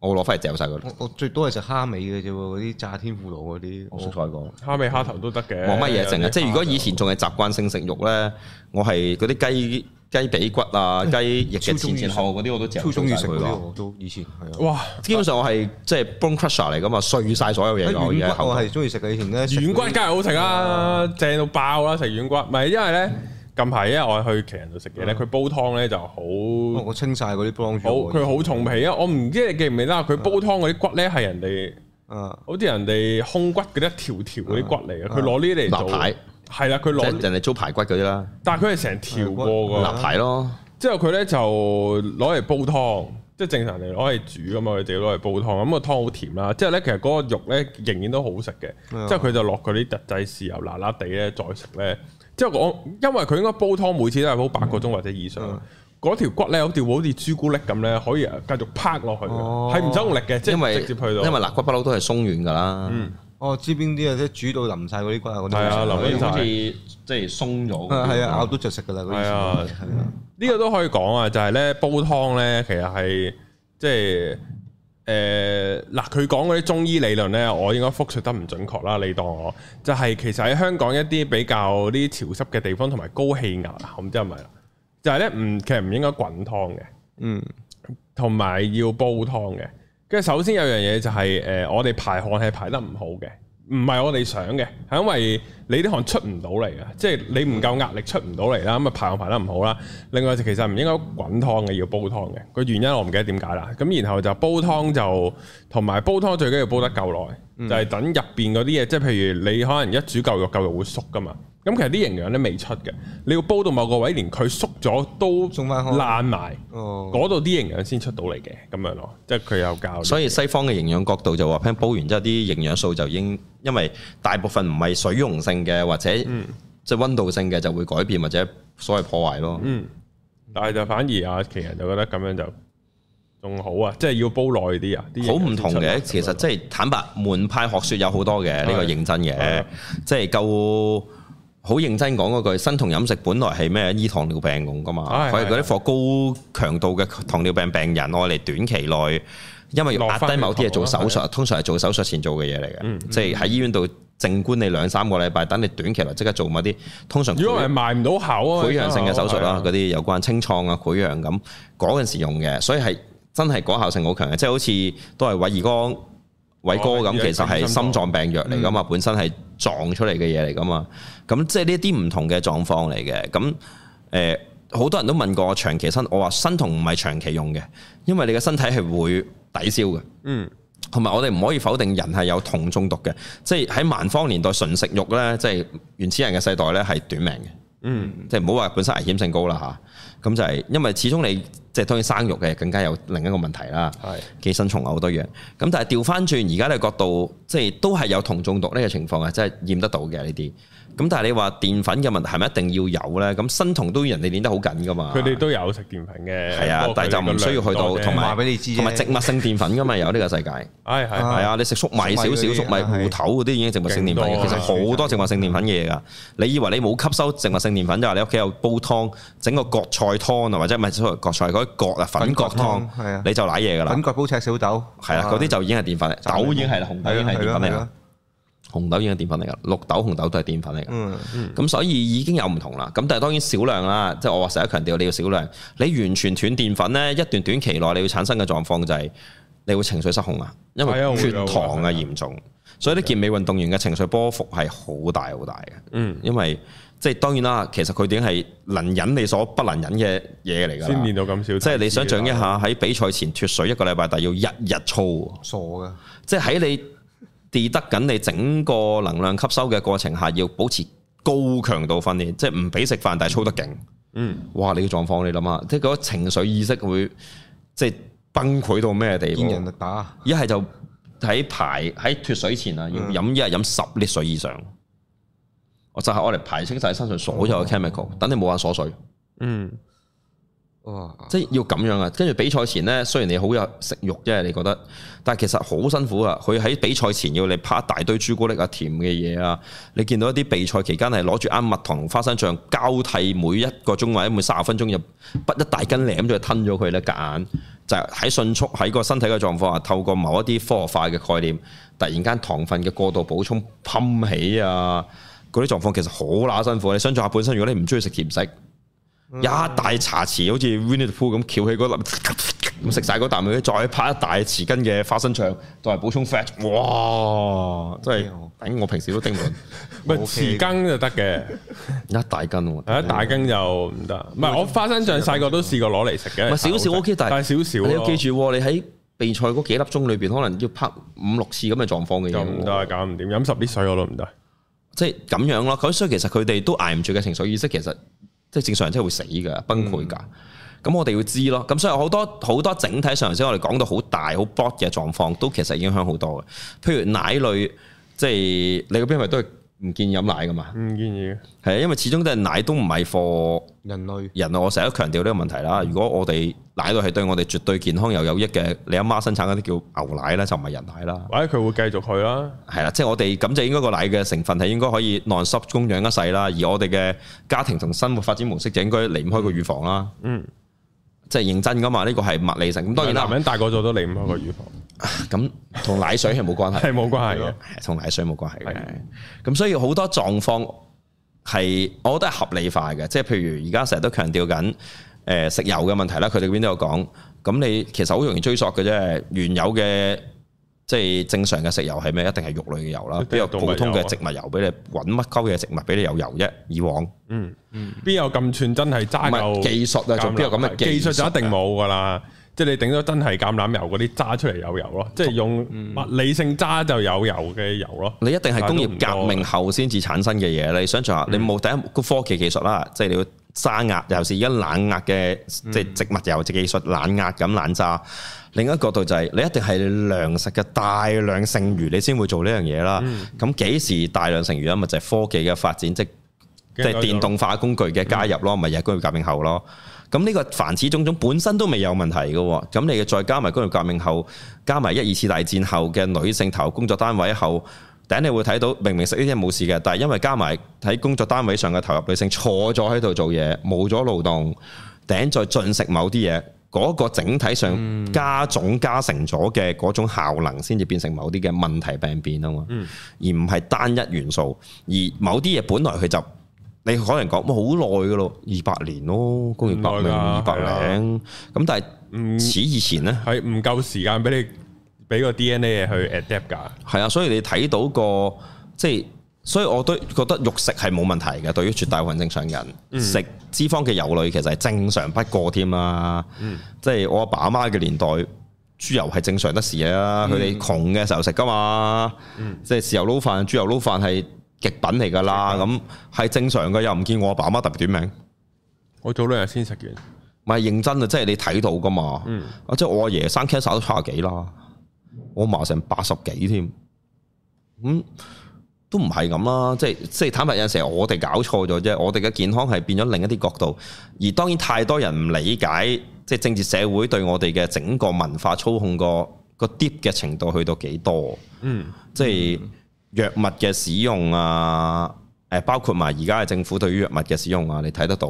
S3: 我會攞翻嚟嚼晒佢，
S2: 我我最多係食蝦尾嘅啫喎，嗰啲炸天婦羅嗰啲。
S3: 我食晒個。
S1: 蝦尾蝦頭都得嘅，
S3: 冇乜嘢剩啊！即係如果
S1: 有啲蝦
S3: 以前仲係習慣性食肉咧，我係嗰啲雞雞髀骨啊、雞翼嘅前前後後嗰啲我都嚼
S2: 超中意
S3: 曬
S2: 食
S3: 佢
S2: 嗰啲，
S3: 咯。
S2: 我都以前係啊。
S1: 哇
S3: 基本上我係即係 bone crusher 嚟噶嘛，碎晒所有嘢㗎我而
S2: 軟
S3: 家
S2: 骨我
S3: 口
S2: 係中意食嘅，以前咧
S1: 軟骨梗係好食啦，正到爆啦！食軟骨，唔係因為咧近排因為我去奇人度食
S3: 嗯
S1: 嘢咧，佢煲湯咧就好
S2: 我清晒嗰啲 b l o n
S1: 好，佢好重皮啊！我唔知你記唔記得啊？佢煲湯嗰啲骨咧係人哋
S2: 啊
S1: 好似人哋胸骨嗰啲一條條嗰啲骨嚟嘅，佢攞呢啲嚟
S3: 臘
S1: 做
S3: 排，
S1: 係啦，佢
S3: 啊即係
S1: 攞，
S3: 人哋租排骨嗰啲啦，
S1: 但係佢係成條過
S2: 啊
S1: 㗎。
S3: 臘排咯。
S1: 之後佢咧就攞嚟煲湯，即係正常嚟攞嚟煮噶嘛，佢哋攞嚟煲湯，咁、個湯好甜啦。之後咧，其實嗰個肉咧仍然都好食嘅。
S2: 啊
S1: 之後佢就落嗰啲特製豉油辣辣地咧再食咧。之後我因為佢應該煲湯每次都係煲八個鐘或者以上。
S3: 啊
S1: 嗰條骨咧，好似好似朱古力咁咧，可以繼續拍落去
S2: 哦
S1: 嘅，係唔使用力嘅，即
S3: 因
S1: 係
S3: 為
S1: 直接去到。
S3: 因為肋骨不嬲都係鬆軟噶啦，
S2: 哦，知邊啲啊？即係煮到淋晒嗰啲骨啊，嗰啲
S1: 係啊
S2: 好食
S1: 淋
S3: 好似即係鬆咗。
S2: 啊係啊，咬，到就食噶啦嗰啲。
S1: 係啊
S2: 係啊，
S1: 呢個都可以講啊，就係咧煲湯咧，其實係即係誒嗱，佢講嗰啲中醫理論咧，我應該復述得唔準確啦，你當我就係、其實喺香港一啲比較啲潮濕嘅地方同埋高氣壓，啊我唔知係咪啦，就係咧唔其實唔應該滾湯嘅，
S2: 嗯，
S1: 同埋要煲湯嘅。跟住首先有樣嘢就係、誒、我哋排汗係排得唔好嘅，唔係我哋想嘅，係因為你啲汗出唔到嚟嘅，即係你唔夠壓力出唔到嚟啦，咁啊排汗排得唔好啦。另外就其實唔應該滾湯嘅，要煲湯嘅。個原因我唔記得點解啦。咁然後就煲湯就同埋煲湯最緊要煲得夠耐，就係等入邊嗰啲嘢，即係譬如你可能一煮嚿肉，嚿肉會縮噶嘛。咁其實啲營養咧未出嘅，你要煲到某個位，連佢縮咗都
S2: 送返開
S1: 爛埋。
S2: 哦，
S1: 嗰度啲營養先出到嚟嘅咁樣咯，即係佢有教。
S3: 所以西方嘅營養角度就話，聽煲完之後啲營養素就已經，因為大部分唔係水溶性嘅或者
S2: 嗯
S3: 即係温度性嘅就會改變或者所謂破壞咯。
S1: 嗯，但係就反而阿奇人就覺得咁樣就仲好啊，即係要煲耐啲啊，啲
S3: 好
S1: 營養
S3: 唔
S1: 先
S3: 同
S1: 出嚟
S3: 嘅，其實
S1: 咁樣
S3: 即係坦白門派學説有好多嘅，呢個
S1: 係
S3: 認真
S1: 係啊
S3: 嘅，即係夠好認真講嗰句，生酮飲食本來係咩醫糖尿病咁噶嘛，
S1: 係
S3: 佢係嗰
S1: 係
S3: 啲貨高強度嘅糖尿病病人，愛嚟短期內因為要壓低某啲嘢做手
S1: 落返血啊
S3: 術，通常係做手術前做嘅嘢嚟
S1: 嗯
S3: 嘅，即係喺醫院度靜觀你兩三個禮拜，等你短期內即刻做某啲，通常
S1: 如果唔係賣唔到口啊，
S3: 潰瘍性嘅手術啦，
S1: 係
S3: 嗰啲有關清創啊、潰瘍咁嗰陣時用嘅，所以係真係果效性好強嘅，即係好似都係偉二哥。偉哥
S1: 哦
S3: 咁其實係心臟病藥嚟噶嘛，本身
S1: 嗯
S3: 係撞出嚟嘅嘢嚟噶嘛，咁即係呢啲唔同嘅狀況嚟嘅，咁誒、呃好多人都問過我長期身，我話身同唔係長期用嘅，因為你嘅身體係會抵消嘅。
S1: 嗯，
S3: 同埋我哋唔可以否定人係有酮中毒嘅，即係喺蠻荒年代純食肉呢，即係原始人嘅世代呢，係短命嘅。嗯，即係唔好話本身危險性高啦吓，咁就係因為始終你即係當然生肉嘅更加有另一個問題啦。
S1: 係
S3: 寄生蟲啊好多樣。咁但係調翻轉而家嘅角度，即係都係有酮中毒呢個情況啊，即係驗得到嘅呢啲。咁但係你話澱粉嘅問題係咪一定要有呢？咁生酮都人哋練得好緊噶嘛。
S1: 佢哋都有食澱粉嘅，
S3: 係啊
S1: 不過
S3: 但係就唔
S1: 佢哋個
S3: 需要去到
S1: 量多啫
S3: 同埋
S2: 話俾你知啫
S3: 同埋植物性澱粉噶嘛，有呢個世界。
S1: 唉係
S2: 啊
S1: 係
S3: 係啊，你食粟
S2: 粟米
S3: 米少
S2: 嗰
S3: 少
S2: 啲
S3: 粟米
S2: 係
S3: 芋頭嗰啲已經植物性澱粉
S1: 勁多
S3: 嘅，
S1: 啊
S3: 其實好多植物性澱粉嘅嘢㗎。你以為你冇吸收植物性澱粉，就係你屋企有煲湯，整個割菜湯啊，或者唔係所謂割菜嗰啲割啊粉割湯
S2: 係啊，
S3: 你就舐嘢㗎啦
S2: 粉。角煲赤小豆，
S3: 係啦，嗰啲就已經係澱粉嚟，
S2: 啊
S3: 豆已經係啦，紅豆已經係啊
S2: 係
S3: 澱
S2: 咯
S3: 粉
S2: 係
S3: 嚟
S2: 咯
S3: 啦，，紅豆已經係澱粉嚟㗎，綠豆紅豆都係澱粉嚟㗎。
S2: 嗯，
S3: 咁所以已經有唔同啦。咁但係當然少量啦，即係我話成日強調你要少量。你完全斷澱粉呢，一段短期內你要產生嘅狀況就係你會情緒失控啊，因
S1: 係啊
S3: 為
S1: 會
S3: 血
S1: 㗎
S3: 糖啊
S1: 會㗎
S3: 嚴重。所以呢健美運動員嘅情緒波幅係好大好大嘅。
S1: 嗯，
S3: 因為即係當然啦，其實佢已經係能忍你所不能忍嘅嘢嚟㗎
S1: 先練
S3: 啦。
S1: 到咁少，
S3: 即係你想象一下喺比賽前脱水一個禮拜，但係要日日操喎。
S2: 傻嘅，
S3: 即係喺你跌得緊你整個能量吸收嘅過程下，要保持高強度訓練，即係唔俾食飯，但係操得勁。
S1: 嗯，
S3: 哇！你嘅狀況你諗下，即係嗰個情緒意識會即係崩潰到咩地
S2: 見人
S3: 步
S2: 就？打，
S3: 一係就喺排喺脱水前啊，要飲一係飲十 l 水以上。我就係我嚟排清晒身上所有嘅 chemical，等你冇眼鎖水。
S1: 嗯
S2: 哇，
S3: 即係要咁樣啊！跟住比賽前呢，雖然你好有食肉啫，你覺得，但係其實好辛苦啊！佢喺比賽前要你拍一大堆朱古力啊、甜嘅嘢啊，你見到一啲備賽期間係攞住啱蜜糖同花生醬交替每一個鐘或者每三十分鐘就滗一大根舐咗去吞咗佢咧，夾硬就係喺迅速喺個身體嘅狀況下，透過某一啲科學化嘅概念，突然間糖分嘅過度補充噴起啊！嗰啲狀況其實好乸辛苦，你想象下本身，如果你唔中意食甜食，一大茶匙好似 Winnie the Pooh 咁翹起嗰粒，咁食晒嗰啖佢，再拍一大匙羹嘅花生醬作為補充 fat，哇！真係頂我平時都頂唔順，
S1: 唔係
S2: OK
S1: 匙羹就得嘅，
S3: (laughs) 一大羹喎。
S1: 係啊一大羹就唔得。唔係我花生醬細個都試過攞嚟食嘅，
S3: 唔係少少 OK，但係
S1: 但係少少咯啊
S3: 你要記住喎，你喺備賽嗰幾粒鐘裏邊，可能要拍五六次咁嘅狀況嘅
S1: 就唔
S3: 嘢
S1: 得，啊
S3: 喎，
S1: 搞唔掂，飲十啲水我都唔得。
S3: 即係咁樣咯。咁所以其實佢哋都捱唔住嘅情緒意識，其實即係正常人真係會死㗎，崩潰㗎。咁我哋要知咯，咁所以好多好多整體上頭先我哋講到好大好 broad 嘅狀況，都其實影響好多嘅。譬如奶類，即係你嗰邊係咪都係唔建議飲奶㗎嘛？
S1: 唔建議嘅，
S3: 係啊，因為始終都係奶都唔係 for
S2: 人類
S3: 人啊，我成日都強調呢個問題啦。如果我哋奶類係對我哋絕對健康又有益嘅，你阿媽生產嗰啲叫牛奶啦，就唔係人奶啦。
S1: 或者佢會繼續去啦。
S3: 係啦，即係我哋咁就應該個奶嘅成分係應該可以 non-stop 供養一世啦，而我哋嘅家庭同生活發展模式就應該離唔開個乳房啦。
S1: 嗯，
S3: 即係認真噶嘛，呢個係物理性。咁當然
S1: 男
S3: 啦，
S1: 人大個咗都離唔開個乳房，
S3: 咁同奶水係冇關
S1: (laughs)
S3: 係
S1: 係冇關係嘅。
S3: 係啊同奶水冇關係嘅
S1: 係。
S3: 咁所以好多狀況係，我覺得係合理化嘅。即係譬如而家成日都強調緊誒、呃食油嘅問題啦，佢哋嗰邊都有講。咁你其實好容易追溯嘅啫，原有嘅。即係正常嘅食油係咩？一定係肉類嘅油啦，
S1: 一
S3: 邊
S1: 定係
S3: 有
S1: 動物
S3: 普通
S1: 油啊
S3: 嘅植物油俾你揾乜鳩嘢植物俾你有油啫？以往唔
S1: 嗯，邊有咁串真係揸
S3: 係
S1: 嚿
S3: 技術啊，仲邊有咁嘅
S1: 技術
S3: 術
S1: 就
S3: 啊
S1: 一定冇噶啦。即係你頂多真係橄欖油嗰啲揸出嚟有油
S3: 嗯
S1: 咯，即係用物理性揸就有油嘅油咯。
S3: 你一定係工業革命後先至產生嘅嘢，你想象下，你冇第一個科技技術啦，即係你要揸壓，尤其是而家冷壓嘅即係植物油嘅技術，冷壓咁冷榨。另一個角度就係、你一定係糧食嘅大量剩餘，你先會做呢樣嘢啦。咁幾、時大量剩餘啊？咪就係、科技嘅發展，即即係電動化工具嘅加入咯，咪又係工業革命後咯。咁呢個凡此種種本身都未有問題嘅喎，咁你再加埋工業革命後，加埋一二次大戰後嘅女性投入工作單位後，頂你會睇到明明食呢啲嘢冇事嘅，但係因為加埋喺工作單位上嘅投入女性坐咗喺度做嘢，冇咗勞動，頂再進食某啲嘢，嗰、個整體上加總加成咗嘅嗰種效能，先至變成某啲嘅問題病變啊嘛，而唔係單一元素，而某啲嘢本來佢就。你可能講哇好耐噶咯，二百年咯，工業革命
S1: 唔耐
S3: 二
S1: 㗎
S3: 百零，咁但係
S1: 嗯
S3: 此以前呢，
S1: 係唔夠時間俾你俾個 DNA 去 adapt 㗎。
S3: 係啊，所以你睇到個即係所以我都覺得肉食係冇問題嘅，對於絕大部分正常人，食脂肪嘅油類其實係正常不過添啦。即係我阿爸阿媽嘅年代，豬油係正常得事啊！佢哋窮嘅時候食噶嘛，即係豉油撈飯、豬油撈飯係極品嚟噶啦，咁係正常嘅，又唔見我阿爸阿媽特別短命。
S1: 我早兩日先食完，
S3: 唔係認真啊，即係你睇到噶嘛。啊，即係我阿爺生 cancer 都七十幾啦，我嫲成八十幾添。咁、都唔係咁啦，即係即係坦白有陣時我哋搞錯咗啫，我哋嘅健康係變咗另一啲角度，而當然太多人唔理解，即係政治社會對我哋嘅整個文化操控個個 deep 嘅程度去到幾多。
S1: 嗯，
S3: 即係藥物嘅使用啊，誒包括埋而家嘅政府對於藥物嘅使用啊，你睇得到，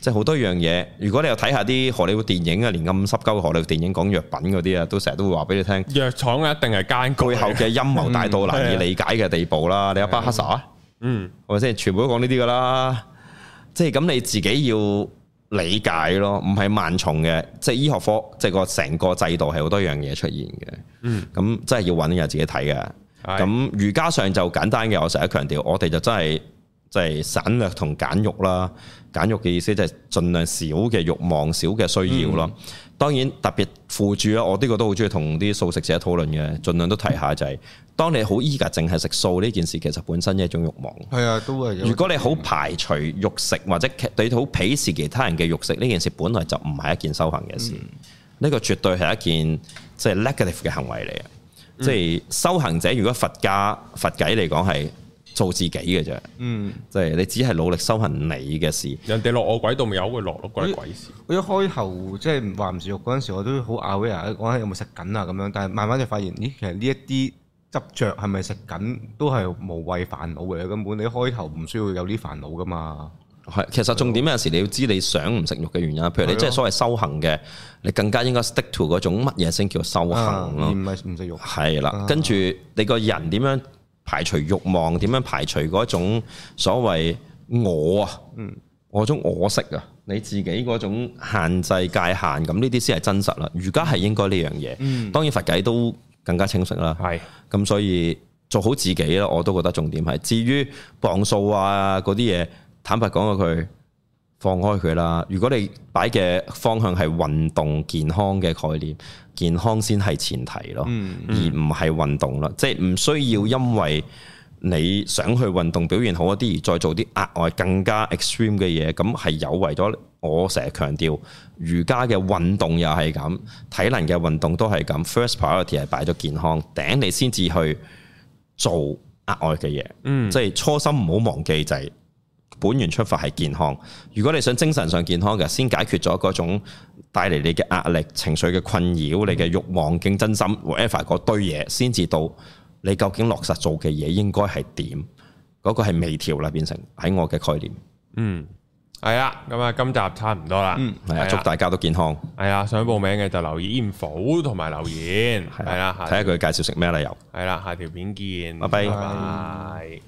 S3: 即係好多樣嘢。如果你有睇下啲荷里活電影啊，連咁濕鳩嘅荷里活電影講藥品嗰啲啊，都成日都會話俾你聽，
S1: 藥廠一定係奸
S3: 背後
S1: 角，
S3: 嘅陰謀大到難以理解嘅地步啦。你有巴克薩啊？
S1: 嗯，
S3: 係咪先？全部都講呢啲噶啦，即係咁你自己要理解咯，唔係萬重嘅，即係醫學科，即係個成個制度係好多樣嘢出現嘅。
S1: 嗯，
S3: 咁真係要揾嘅自己睇嘅。
S1: 係
S3: 咁瑜伽上就簡單嘅，我成日強調，我哋就真係即係省略同簡欲啦。簡欲嘅意思就係盡量少嘅慾望、少嘅需要咯。當然特別輔助啦，我呢個都好中意同啲素食者討論嘅，盡量都提下就係、當你好依格淨係食素呢件事，其實本身係一種慾望。
S2: 係啊，都係有。
S3: 如果你好排除肉食或者其你好鄙視其他人嘅肉食呢件事，本來就唔係一件修行嘅事。
S2: 嗯
S3: 呢、個絕對係一件即係 negative 嘅行為嚟嘅。
S2: 嗯
S3: 即係修行者，如果佛家佛偈嚟講係做自己嘅啫，
S2: 嗯，
S3: 即係你只係努力修行你嘅事。
S1: 人哋落我軌道咪由佢落咯，關
S3: 嗯
S1: 你鬼事。
S2: 我一開頭即係話唔食肉嗰陣時，我都好 aware 講下有冇食緊啊咁樣，但係慢慢就發現，咦，其實呢一啲執着係咪食緊都係無謂煩惱嚟嘅，根本你一開頭唔需要有啲煩惱噶嘛。
S3: 係，其實重點有陣時你要知你想唔食肉嘅原因，譬如
S2: 係
S3: 你
S2: 咯
S3: 即係所謂修行嘅，你更加應該 stick to 嗰種乜嘢先叫修
S2: 啊
S3: 行
S2: 而
S3: 咯。
S2: 唔係唔食肉。
S3: 係啦，跟住你個人點樣排除慾望，點樣排除嗰種所謂我啊，我種我識啊，你自己嗰種限制界限，咁呢啲先係真實啦。瑜伽係應該呢樣嘢，當然佛偈都更加清晰啦。
S1: 係
S3: 咁所以做好自己啦，我都覺得重點係。至於磅數啊嗰啲嘢，坦白講嗰句，放開佢啦。如果你擺嘅方向係運動健康嘅概念，健康先係前提咯，而唔係運動啦。即係唔需要因為你想去運動表現好一啲，而再做啲額外更加 extreme 嘅嘢，咁係有違咗我成日強調瑜伽嘅運動又係咁，體能嘅運動都係咁。First priority 係擺咗健康，頂你先至去做額外嘅嘢。嗯，即係初心唔好忘記就係、本源出發係健康。如果你想精神上健康嘅，先解決咗嗰種帶嚟你嘅壓力、情緒嘅困擾、你嘅慾望、競爭心 whatever 嗰堆嘢，先至到你究竟落實做嘅嘢應該係點？嗰、個係微調啦，變成喺我嘅概念。
S1: 係啦，咁啊，今集差唔多啦，
S3: 係啊，祝大家都健康。
S1: 係啊，想報名嘅就留意 info 同埋留言，係啦，啊
S3: 睇
S1: 下
S3: 下佢介紹食咩啦又。
S1: 係啦，下條片見，
S3: 拜拜
S1: 拜。